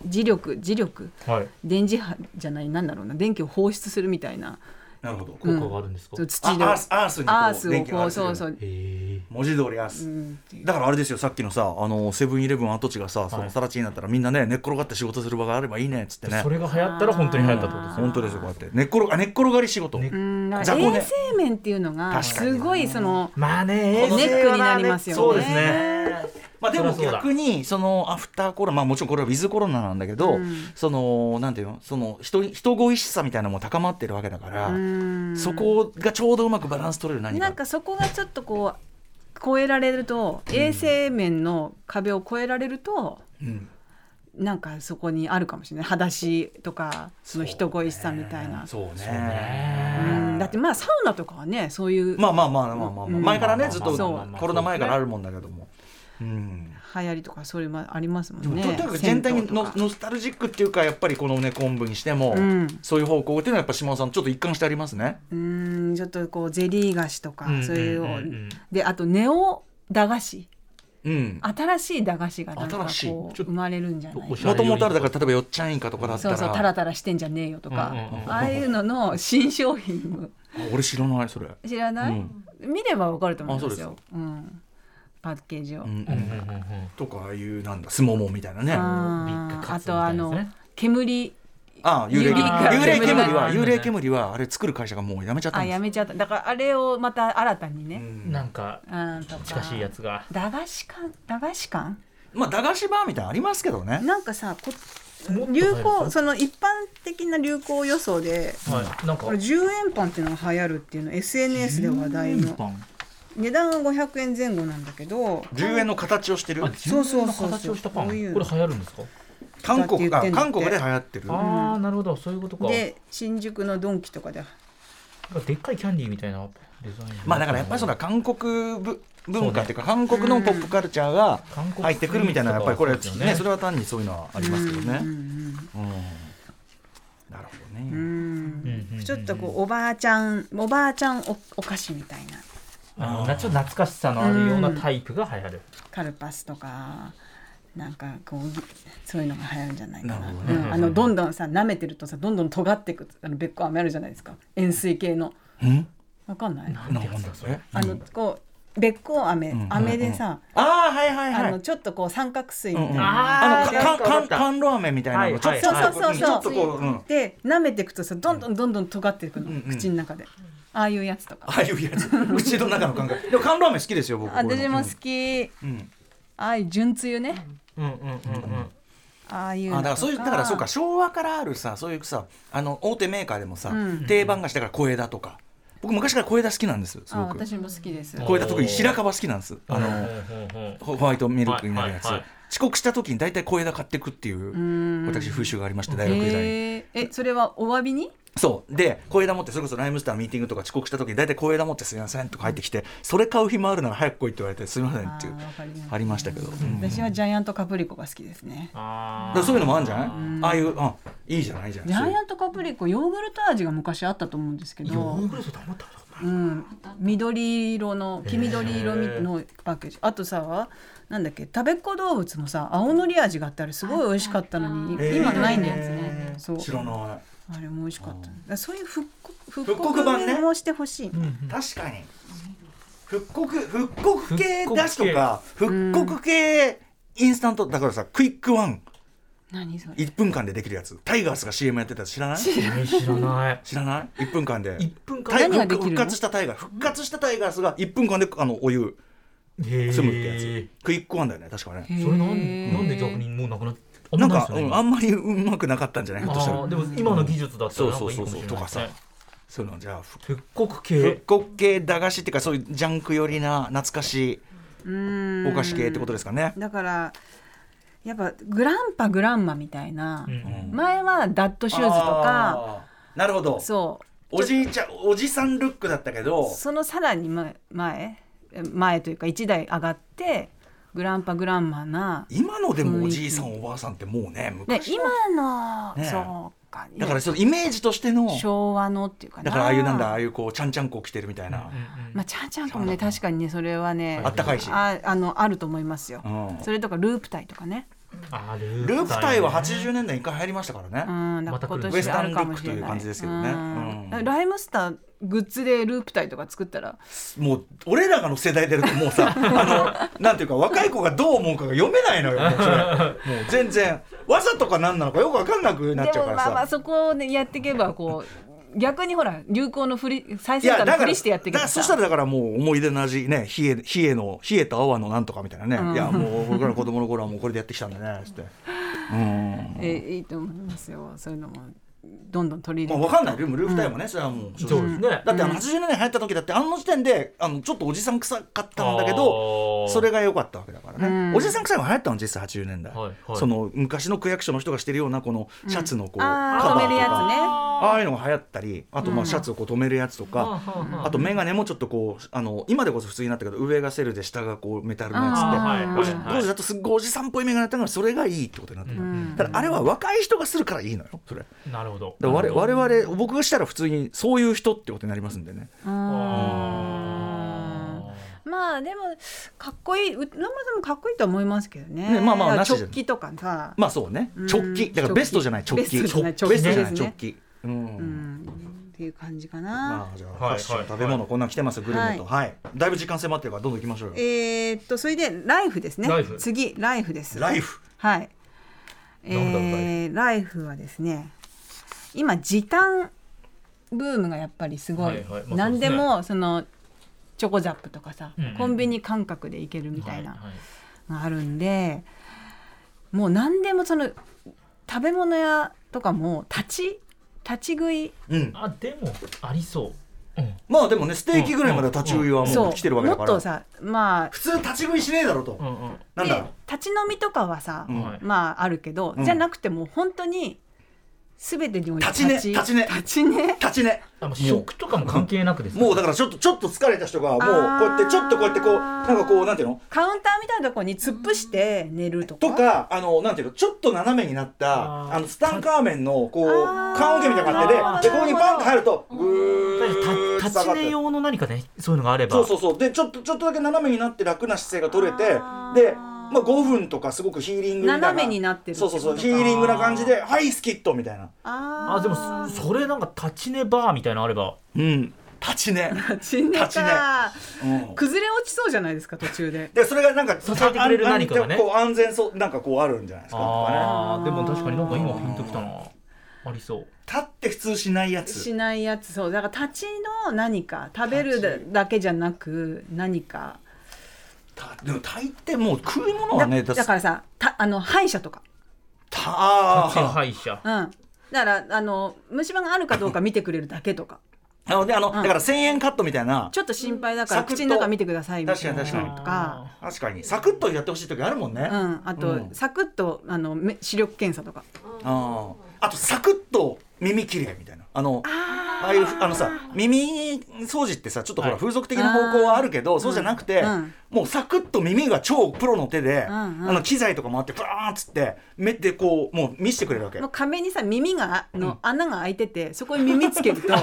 D: 磁力磁力
C: はい
D: 電磁波じゃないなんだろうな電気を放出するみたいな
B: なるほど
C: 効果があるんですか
D: そ
B: あ
C: へ
D: う土の
B: アースアースにこ
D: アー
B: う
D: スを
B: 電気が
D: こ
B: あ
D: う
B: る
D: そうそう
C: え
B: 文字通りアース
D: うんっていう
B: だからあれですよさっきのさあのセブンイレブン跡地がさそ
C: は
B: の
C: い
B: さら地になったらみんなね寝っ転がって仕事する場があればいいねっつってね
C: それが流行ったら本当に流行ったってことですね
B: 本当ですよこうやって寝っ転があ寝っ転がり仕事
C: ね
D: うんだか
B: 雑
D: ら
B: 魚ね
D: 衛生面っていうのが
B: 確かに
D: すごいその、
C: まあね
D: ネックになりますよね
C: そうですね
B: まあ、で
C: そり
B: も
C: ゃそうだ
B: 逆にそのアフターコロナ、まあ、もちろんこれはウィズコロナなんだけど、
D: うん
B: そのなんていうのその人人恋しさみたいなのも高まってるわけだから、
D: うん
B: そこがちょうどうまくバランス取れる何か
D: なんかそこがちょっとこう超えられると衛生面の壁を越えられると、
B: ん
D: なんかそこにあるかもしれない裸足とかその人恋しさみたいな。
B: そうね
D: うんだってまあサウナとかはねそういう流
B: まあまあまあまあまあまあ、
D: うん
B: 前からねずっと
D: そう
B: コロナ前からあるもんだけども。うん
D: 行りとかそれもありますも
B: で
D: ん
B: も
D: ね。
B: とにかく全体
D: 銭湯
B: に
D: と
B: ノ
D: か
B: ノスタルジックっていうかやっぱりこのね昆布にしても、
D: うん
B: そういう方向っていうのはやっぱ島尾さんちょっと一貫してありますね。
D: うんちょっとこうゼリー菓子とか、
C: うん
D: そういう
C: うんうんうん
D: であとネオ駄菓子
B: うん
D: 新しい駄菓子がなんか
B: 新しい
D: こ
C: ちょ
D: う
C: っと
D: 生まれるんじゃない
C: おしゃ
B: も
C: れ
B: と
C: より
B: もとあるだから例えばよっちゃんイカとかだった
D: そう
B: ら
D: そうタラタラしてんじゃねえよとか、
C: うんうんうん
D: ああいうのの新商品
B: あ俺知らないそれ、
D: 知らない、
B: うん
D: 見ればわかると思うんですよ
B: あそう
D: うん、パッケージを、
B: うんう
C: うんうん
B: ん
C: うんうん
B: とかああいうなんだすももみたいなねあ
D: あ
C: ビッ
D: ー
C: グカ
D: あ
C: ツみ
D: と
C: た
D: あ
C: いなやつ
D: の
C: ね
D: 煙
B: あ幽霊煙幽
D: 幽
B: 霊
D: 霊煙
B: 煙は
C: あるよ
B: 幽
C: ね
B: 霊煙はあれ作る会社がもうやめちゃった
D: あ
B: んで
D: や
B: す
D: めちゃっただからあれをまた新たにね、
B: うん
C: なんか
D: うんとか
C: 近しいやつが
D: 駄菓子館駄菓子館
B: まあ駄菓子バーみたいなのありますけどね
D: なんかさこ
C: もっと
D: 流
C: は
D: 行
C: い
D: その一般的な流行予想で
C: はいなんか
D: これ10円パンっていうのが流行るっていうの SNS で話題
C: 10円
D: の
C: パン
D: 値段は500円前後なんだけど
B: 10円の形をしてる
C: あ
D: そうそうそ
C: 10
D: うそう
C: 円の形をしたパン
D: こ
C: こ
D: う
C: れ
D: い
C: 流
D: う
C: 行るんですか
B: 韓国
D: だ
B: が
D: って言ってんだって
B: 韓国で流行ってる
C: ああなるほどそういうことか
D: で新宿のドンキとかで
C: なんかでっかいキャンディーみたいなデザイン
B: まあだからやっぱりその韓国ぶ文化っていうか韓国のポップカルチャーが
C: 韓国
B: 入ってくるみたいなやっぱりこれ
C: そうですよ
B: ね
C: ね
B: それは単にそういうのはありますけどね
D: うんうん
B: うんなるほど
D: うんう
B: ね
D: ん
C: うんうんうん
D: ちょっとこうおばあちゃんおばあちゃんおお菓子みたいな
C: あのなちょっと懐かしさのあるようなタイプが流行る
D: カルパスとかなんかこうぎそういうのが流行るんじゃないかな
B: なるほど
C: ね
D: うんあのどんどんさ舐めてるとさどんどん尖ってくあのべっこ飴あるじゃないですか円錐形の
B: うん
D: わかんない
C: な
B: なんだそれ
D: あのこうべっこ飴
B: うん
D: 飴でさ、
B: ああはいはいは
D: あ
B: い
D: のちょっとこう三角錐みたい
B: うんうんあ
D: な、
C: あ
B: の
C: ー
B: か
C: わ
B: か
C: か
B: ん
C: った
B: かんろう飴みたいなのをちょっと
D: はいはい
B: ちょっと
D: そうそうそうそ
B: ち
D: う
B: ょっとこううん
D: で舐めていくとさどんどんどんどん尖っていくの、
B: うんうん
D: 口の中でああいうやつとか
B: ああいうやつ 口の中の感覚でも缶ラーメン好きですよ僕こうい
D: 私
B: うの
D: も好き
B: うん
D: ああいう純つゆね
C: うんうんうんうん
D: ああいう
B: あ
D: の
B: だから
D: と
B: そういうだからそうか昭和からあるさそういうさあの大手メーカーでもさ、
D: うん
B: 定番菓子だから小枝とか僕昔から小枝好きなんですす
D: あ
B: ごく
D: 私も好きです
B: 小枝特に白樺好きなんですあの、
C: の
B: ホホワイトミルクになるやつ、
C: はいはいはい
B: 遅刻した時に大体小枝買ってくっていう
D: うん
B: 私風習がありまして大学時代に、
D: えー、えそれはお詫びに
B: そうで小枝持ってそれこそライムスターのミーティングとか遅刻した時に大体小枝持って「すいません」とか入ってきて「それ買う暇あるなら早く来い」って言われて「すいません」っていう
D: あーわかります
B: ありましたけど、うんだか
D: 私はジャイアントカプリコが好きですね
C: あ
B: らそういうのもあるんじゃないああいうあいいじゃないいいじゃない
D: ジ
B: そう
D: ャ
B: いう
D: イアントカプリコヨーグルト味が昔あったと思うんですけど、
C: グルト黙ったことない
D: うん、緑色の黄緑色みのパッケージあとさなんだっけ食べっ子動物もさ青のり味があってあれすごい美味しかったのに、
B: へー
D: 今ないんだよ、
B: へー
D: そう
B: 知らない
D: あれも美味しかっただからそういう復刻
B: 刻
D: 復
B: 版ね
D: 刻版をしてほしい、
B: 確かに復刻復刻系
C: 復刻系
B: だしとか復刻系インスタントだからさクイックワン
D: 何それ
B: 1分間でできるやつタイガースが CM やってたやつ知らない知
C: えー知らない
B: らない1分間で
C: 1分間
B: タイ
D: 何ができるの
B: 復活したタイガー復活したタイガースが1分間であのお湯
C: へー
B: 済むってやつクイックワンだよね確かね
C: それなん
D: へー
C: なんで逆にもうなくなっあん
B: な
C: ま
B: ん
C: ない
B: か
C: ですよね
B: うんあんまりうまくなかったんじゃないひょっとした
C: あ
B: ら
C: ーでも今の技術だったらなんかいいかもしれないです
B: そうそうそうそ
C: ね
B: うとかさそういうのじゃあ復
C: 復刻
B: 復
C: 系
B: 刻系駄菓子っていうかそういうジャンク寄りな懐かしいお菓子系ってことですかね
D: だからやっぱグランパグランマみたいな、
C: うん
D: 前はダッドシューズとか
B: あーなるほど
D: そう
B: おじいちゃんおじさんルックだったけど
D: そのさらに前前前というか1台上がってグランパグランマな、
B: 今のでもおじいさんおばあさんってもうね
D: ね、
B: 昔
D: 今の、
B: ねえ
D: そうか
B: だからそのイメージとしての
D: 昭和のっていうか
B: だ
D: な
B: からああいうなんだああいうこうちゃんちゃんこ着てるみたいな、
D: まあちゃんちゃんこもね確かにねそれはね
B: あったかいし
D: ああのあると思いますよ、
B: うん
D: それとかループタイとかね
C: あー
B: ループタイは
C: ね
B: 80年代一回入りましたから
D: う
B: ね、
D: んだから今
B: ウエス
D: 年
B: タ
D: あ
B: ンル
D: る
B: ッ
D: か
B: ク
D: もしれない
B: という感じですけどね
D: うん
B: うん
D: ライムスターグッズでループタイとか作ったら
B: もう俺らがの世代でるともうさ あのなんていうか若い子がどう思うかが読めないのよもうそ れもう全然わざとか何なのかよく分かんなくなっち
D: で
B: ゃうから
D: もま
B: さ
D: あまあそこをねやっていけば こう逆にほら流行のふり最
B: い
D: 先
B: や
D: 端の
B: だか
D: ふ
B: ら
D: りしてやっていけ
B: だ
D: ば
B: そ
D: さ
B: したらだからもう思い出の味ね冷え冷えの冷えと泡のなんとかみたいなね、
D: うん
B: いやもう僕らの子供の頃はもうこれでやってきたんだねつってうん
D: えーいいと思いますよそういうのもどんどん取り
B: まあ分
D: 入れて
B: かんないでもループタイムはね、それはもう
C: そうですね
B: だってあの80年代流行った時だってあの時点であのちょっとおじさん臭かったんだけど
C: あー
B: それが良かったわけだからね、
D: うん
B: おじさん臭いの流行ったの実際80年代、
C: はいはい
B: その昔の区役所の人がしてるようなこのシャツのこう、
D: あ
B: カ
D: あ
B: バー
D: 止め
B: と
D: るや
B: か
D: つね
B: ああいうのが流行ったりあとまあシャツをこう止めるやつとか、あと眼鏡もちょっとこうあの今でこそ普通になったけど上がセルで下がこうメタルのやつ
D: あ
B: で
D: ー
C: は
B: 当
C: いはい
B: 時
C: はい
B: 当時だとすっごいおじさんっぽい眼鏡だったからそれがいいってことになってる、
D: ん
B: ただあれは若い人がするからいいのよそれだか
C: なるほど
B: ら我我々僕がしたら普通にそういう人ってことになりますんでね
D: うーんままあでもかっこいい生でもかっこいいと思いますけどね
B: ねまあまあ
D: だ
B: な
D: から
B: しじゃ
D: 直帰とかさ、
B: まあそうね
D: うん
B: 直帰だからベストじゃない直帰
D: ベストじゃない直帰
B: ベストじゃない
D: です
B: 直
D: ね
B: 帰うん
D: うん、っていう感じかな、
B: まあじゃあフ
C: はい
B: ァッション
C: はい
B: 食べ物こんなん来てますグルメとはいだいぶ時間迫ってるからどんどん行きましょうよ
D: えーっとそれでライフですね
C: ライフ
D: 次ライフです
B: ライフ
D: はい
C: なんだろう
D: えー、ライフはですね今時短ブームがやっぱりすごい、
C: はいはいまあそうですね
D: 何でもそのチョコザップとかさ、
C: うんうん
D: コンビニ感覚で行けるみたい
C: は
D: な
C: は
D: のがあるんで、もう何でもその食べ物屋とかも立ち立ち食い
B: うん
C: あでもありそう、うん、
B: まあでもねステーキぐらいまで立ち食いはも
D: そうう
B: 来てるわけ
D: も
B: だか
D: っ
B: ら
D: とさまあ
B: 普通立ち食いしねえだろと
C: うんうん
B: なんだろう
D: で立ち飲みとかはさ、
B: うん
C: はい
D: まああるけど、
B: うん
D: じゃなくてもう本当に全てにおいて
B: 立ちね立ちね
D: 立ちね
B: 立ちね
C: あもう食とかも関係なくです
B: もうだ
C: か
B: からちょっとちょっと疲れた人がもうこうやってちょっとこうやってこうなんかこうなんていうの
D: カウンターみたいなとこに突っ伏して寝るとか
B: とかあのなんていうのちょっと斜めになった
C: あ
B: あ
C: ー
B: のスタンカーメンのこう
D: あー
B: 缶桶みたいな感じで
D: あー
B: でここにバンと入るとぐー
C: ら
B: っと
C: た
B: 下
C: 立
B: が
C: ち
B: っ
C: 寝
B: て
C: 用の何かねそういうのがあれば
B: そうそうそうでちょっとちょっとだけ斜めになって楽な姿勢が取れて
D: あー
B: で、まあ、5分とかすごくヒーリングみたいな
D: 斜めになってる
B: そうそうそう
D: って
B: ヒ
D: ことか
B: ーリングな感じで「はいスキット」みたいな
D: あ
C: あでもそそれなんか立ち寝バーみたいなのあれば
B: うん立ちね、
D: 立ちね
B: 立ちね
D: か
B: うん、
D: 崩れ落ちそうじゃないですか途中で
B: でそれがなんか
C: 支えてくれる
B: ああ
C: 何かがね
B: こう安全そうなんかこうあるんじゃないですかなんかね
C: あーでも確かになんか今ピンときたなありそう
B: 立って普通しないやつ
D: しないやつそうだから立ちの何か食べるだ
C: 立
D: だけじゃなく何か
B: たでも大抵もう食い物は
D: だ
B: ね
D: だからさたあの歯医者とか
B: たあ
C: 立ち
B: ー
C: 歯医者
D: うんだからあの虫歯があるかどうか見てくれるだけとか
B: あのであの、
D: ん
B: だから1000円カットみたいな
D: ちょっと心配だから
B: サクッと
D: 口の中見てくださいみたいな
B: 確かに
D: とか、
B: 確かにサクッとやってほしい時あるもんね、
D: う
B: あ
D: ん、あと、
B: うん
D: サクッとあの目視力検査とか
B: あーあとサクッと耳きれいみたいなあのああいうあのさ耳掃除ってさちょっとほら、
C: はい
B: 風俗的な方向はあるけどそうじゃなくて、
D: うん
B: もうサクッと耳が超プロの手で、
D: うんうん
B: あの機材とかもあってバーンっつって目でこうもう見せてくれるわけ
D: もう壁にさ耳がの穴が開いててそこに耳つ けると
B: な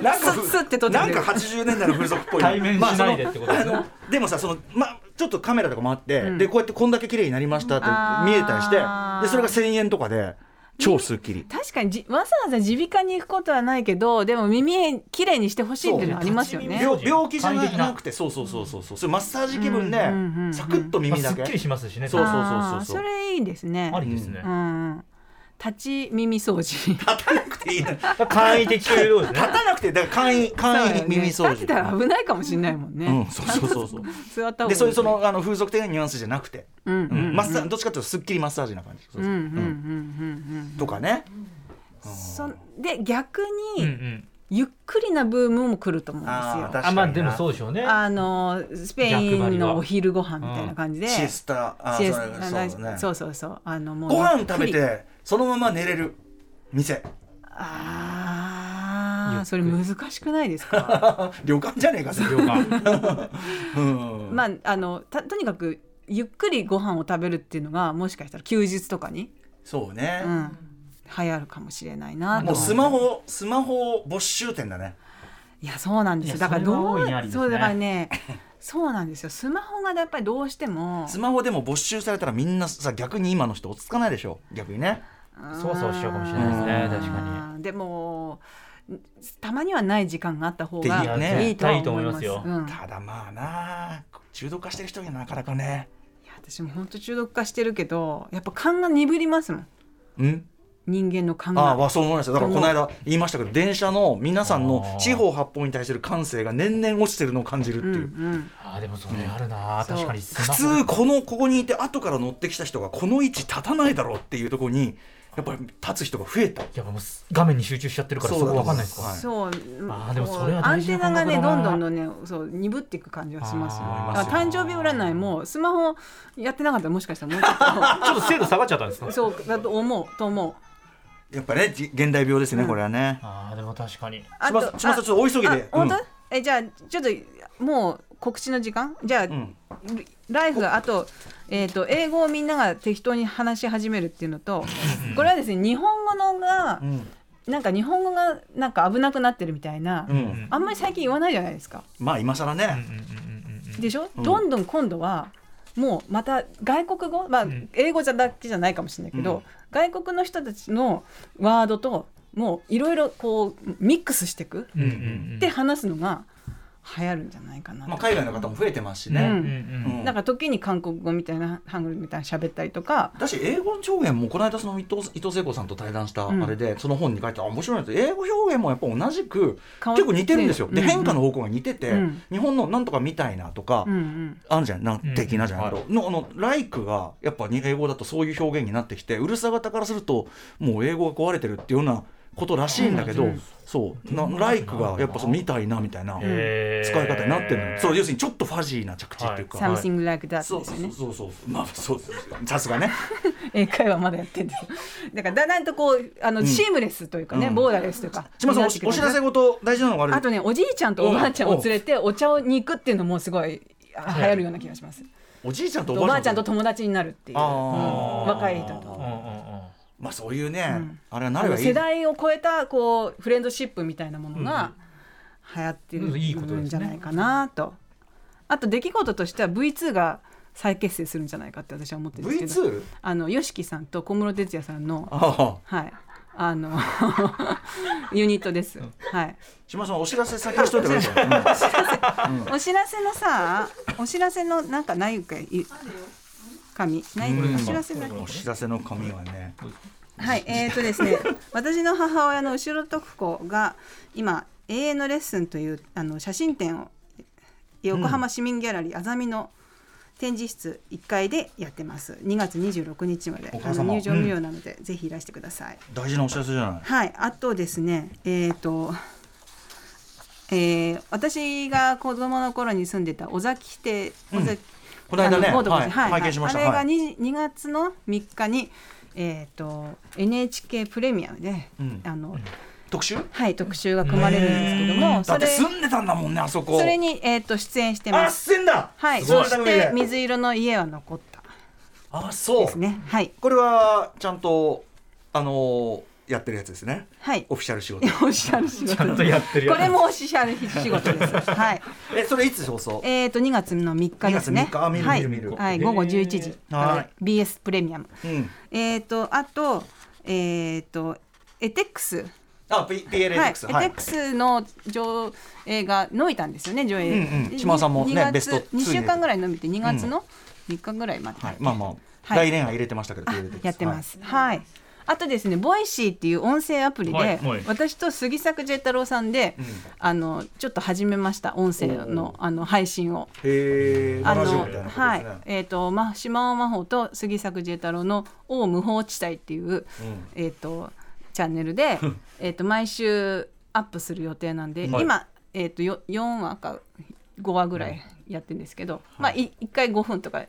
B: んかふ
D: スッスッて撮ってく
B: な
D: れ
B: ん
D: る
B: か80年代の風俗っぽい
C: 対面しないでってことですね
B: まあそのあのでもさその、ま、ちょっとカメラとかもあって、
D: ん
B: でこうやってこんだけ綺麗になりましたって
D: あー
B: 見えたりしてでそれが1000円とかで超スッキリ
D: 確かにじわざわざ耳鼻科に行くことはないけどでも耳きれいにしてほしいっていうのはありますよ
C: そう
D: ね
C: ね。
B: 病病気じゃな
C: 簡易的な
B: なくてそうそうそうそうそうそれマッサージ気分で、
D: うんうんうんうん
B: サクッと
C: まあ
B: 耳だ
C: すっ
B: け、
C: きりしますしね
B: そうそう
D: あ
B: そう
D: ー
B: そう
D: それいいですね
C: あ。りですね
D: うんうん、立ち耳掃除。
B: 立たなくていいの立
C: 簡易的というようですね
B: たなくてだから簡易簡易耳
D: そうだ
B: 掃除
D: よね立ってたら危ないかもしれないもんね。
B: うんそうそうそうそう
D: 座った方がいい
B: でそういうそのあの風俗的なニュアンスじゃなくて、
D: うんうん
B: う
D: うんん
B: マッサーどっちかというとすっきりマッサージな感じ、そう
D: うん
B: そううん
D: うん
B: うん
D: うん
B: とかね、
D: うん。そんで逆
C: うんう
D: に
C: ん
D: ゆっくりなブームも来ると思うんです
B: あ
D: よ
B: ー。確かにな
C: あまあでもそうでしょうね
D: あのスペインのお昼ご飯みたいな感じで、
B: シエスタあ
D: シエス
B: そうだね
D: あ
B: そうだね
D: そうそうそうあのもう
B: ご飯食べ
D: ゆっくり
B: てそのまま寝れる店
D: あ
C: ゆっく
D: あ
C: り
D: それ難しくないですか
B: 旅館じゃねえかそれ
C: 量が
B: うん
D: まああのたとにかくゆっくりご飯を食べるっていうのがもしかしたら休日とかに、
B: そうね
D: う、ん、流行るかもしれないなと
B: もうスマホスマホ没収店だね
D: いやそうなんで
C: い
D: すよ
C: や
D: だから
C: それは
D: どう
C: 大いにありですね
D: そうだからねそうなんですよスマホがやっぱりどうしても
B: スマホでも没収されたらみんなさ逆に今の人落ち着かないでしょ逆にね
C: そわそわしちゃうかもしれないですね確か
D: にでもたまにはない時間があった方
B: いや
D: が
B: ね
D: いいとは思います
C: いいと思い
D: うんいや
B: ただまあなあ中毒化してる人にはなかなかね
D: 私も本当中毒化してるけどやっぱ勘が鈍りますもん
B: うん
D: 人間の勘
B: ああ
D: が
B: わそう思いましただからこの間言いましたけど電車の皆さんの
C: あー
B: 四方八方に対する感性が年々落ちてるのを感じるって
D: う
B: い
D: ん
B: う、
D: うん
C: あでもそれあるな
D: そう
C: 確かにスマホ
B: 普通このここにいて後から乗ってきた人がこの位置立たないだろうっていうところにやっぱり立つ人が増えた
C: やっぱもうす画面に集中しちゃってるから
B: そ
C: そう
B: だ
C: こわかんないですか、
B: はい
D: そう
C: あーでもそれは
D: ア
C: 大
D: ン
C: 事
D: テ
C: な
D: ナがね
C: 感
D: ど
C: 覚
D: ん
C: だ
D: ど
C: なん
D: どんねそう鈍っていく感じがしますよ
C: あー
B: 思いますよ
D: だから誕生日占いもスマホやってなかったらもしかしたらもうちょっ
C: ちょっと精度下がっちゃったんです か
D: とそうだと思うと思う
B: やっぱねじ現代病ですね、これはね
C: ああでも確かに
D: あ
B: 島さん島さんちょっとお急ぎで
D: あ本当、
B: うん
D: えじゃあちょっともう告知の時間じゃあ、
B: ん
D: ライフあと,、えー、と英語をみんなが適当に話し始めるっていうのとこれはですね日本語のが、
B: ん
D: なんか日本語がなんか危なくなってるみたいな、
B: うん
D: あんまり最近言わないじゃないですか。
B: まあ今更ね、
C: うんうんうんうん
D: でしょ、どんどん今度はもうまた外国語、まあ、英語じゃだけじゃないかもしれないけど、
B: うん
D: 外国の人たちのワードともういろいろこうミックスしていく
C: うんうん
D: って話すのが流行るんじゃないかなと、
B: まあ、海外の方も増えてますし
C: うん
B: ね、
C: うん
B: うん
D: なんか時に韓国語みたいなハングルみたいな喋ったりとか
B: だし英語の表現もこの間その伊藤伊藤聖子さんと対談したあ
D: うん
B: れで、その本に書いてあ面白いなって英語表現もやっぱ同じく
D: 変わって
B: 結構似てるんですよ、で
D: うんうん
B: 変化の方向が似てて、
D: うん
B: 日本のなんとかみたいなとか、
D: うんうん
B: あるじゃんなん
C: うん
B: 的なじゃないけど、のあの「like」がやっぱに英語だとそういう表現になってきてうるさ型からするともう英語が壊れてるっていうようなことらしいんだけど、
D: うん
B: そうな「like」がやっぱその「みたいな」みたいな使
C: へー
B: い方になってるのよ、そう要するにちょっとファジーな着地っていうか。
D: 「something like that」です
B: そ
D: よ
B: うそう
D: ね
B: そうそうそう、まあ、そうそうさす がね。
D: 英会話まだやってんですよ だからだんだんとこうあの、
B: ん
D: シームレスというかね、
B: うん
D: ボーダーレスというか
B: 島さん、お
D: になってくる
B: お知らせごと大事なのがある。
D: あとねおじいちゃんとおばあちゃんを連れてお茶をに行くっていうのもすごいあ流行るような気がします
B: おじいちゃんと
D: お
B: お
D: ば
B: ば
D: あ
B: あ
D: ち
B: ち
D: ゃ
B: ゃん
D: んと友達になるっていう、う
B: あ
D: ん
B: ー
D: 若い人と
C: うんうんうん
B: まあ、そういうね、
D: ん
B: あれはな
D: あ
B: れ
D: の
B: ばいい。
D: 世代を超えたこうフレンドシップみたいなものが流行って
C: うんいいことです
D: る
C: ね
D: んじゃないかなと,、あと出来事としては V2 が再結成するんじゃないかって私は思ってるんですけど
B: V2?
D: あの YOSHIKI さんと小室哲哉さんの
B: ああ。
D: はいあの ユニットです、はい、
B: 島さん、お知らせ先にしといてください。うん
D: お知らせのさお知らせのなんかないかい紙ないお知らせだけ
B: お知らせの紙はね、
D: はい、えーとです ね、私の母親の後ろ徳子が今永遠のレッスンというあの写真展を横浜市民ギャラリーあざみの展示室1階でやってます。2月26日まで
B: お母
D: あ
B: 様
D: の入場無料なので、ぜひいらしてください。
B: 大事なお知らせじゃない。
D: はい、あとですね、えーと。えー私が子供の頃に住んでた尾崎邸、
B: うん
D: 尾崎
B: この間ね
D: あモード
B: はい
D: ご存知
B: 拝見しました
D: あれ
B: は
D: が
B: い
D: 2, 2月の3日に、えー、と NHK プレミアムで、
B: うん
D: あの
B: 特集
D: はい、特集が組まれるんですけど
B: う
D: も
B: んだ
D: そ
B: って
D: れ
B: 住んでたんだもんね、あそこ。
D: それに、えー、と出演して
B: あ、
D: ます。
B: 住んだ
D: はい、
B: すご
D: そ
B: い
D: して水色の家は残った
B: あ、そう
D: です。ね。はい、
B: これは、ちゃんと、あのー、やってるやつですね。
D: はい、
B: オフィシャル 仕事。
D: おっしゃる 仕
C: ちゃ
D: 事
C: ん
D: です
C: とやってるや
D: こ
C: つ
D: れもおっしゃる仕事です。はい。
B: え、それいつ放送
D: えー、と2月の3日ですね。
B: 2月3日あ見る
D: はい
B: 見る見る
D: はい、午後11時から
B: はい
D: で BS プレミアム。
B: うん。
D: えー、とあと,、えー、とエテックス、
B: あ、P-
D: はい、エ
B: PLX。
D: テ
B: は
D: ッ
B: い
D: ク。スの上映が伸びたんですよね上映。
B: うんうん
D: で
B: 島田さんもね
D: に2
B: ベスト2
D: 2週間ぐらい伸びて2月の3日ぐらいまで、
B: はいまあまあ、
D: はい
B: 来年は入れてましたけど、
D: あ
B: PLX
D: やってま。す。はい、あとですね、ボイシーっていう音声アプリで、
C: はいはい
D: 私と杉作ジェ太郎さんで、あのちょっと始めました音声のあの配信を。
B: はいへえ。
D: あ
B: ラジオ
D: の
B: みたいなことですね
D: はい、えっ、と、ま、島尾真帆と杉作慈太郎の「王無法地帯」っていう、えっ、とチャンネル でえっと毎週アップする予定なんで、
B: はい
D: 今、えっとよ4話か5話ぐらいやってるんですけど、まあ、い1回5分とか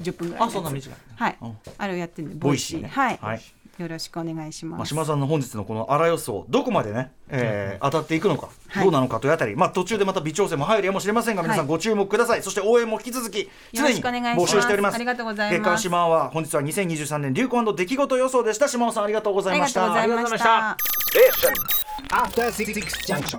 D: 10分ぐらいのや
B: あ、
D: つ
B: そんな短い。
D: はい
B: うん、
D: あれをやってるんで
B: ボイシーね
D: はい、
B: はい
D: よろしくお願いします。
B: まあ、島田さんの本日のこの荒予想どこまでね、えー当たっていくのか、
D: はい
B: どうなのかというあたり、まあ、途中でまた微調整も入るやもしれませんが皆さ
D: は
B: ん
D: い
B: ご注目ください、そして応援も引き続き常
D: ろ
B: に
D: しくお願いします
B: 募集しております
D: ありがとうございます
B: 月刊島は本日は2023年流行出来事予想でした島尾さんありがとうござい
D: あり
B: ま
D: が
B: し
D: とう
B: た
D: ござい
C: ありがとうござい
D: ま
C: まし
D: し
C: た
D: た。
E: Station. After Six Junction.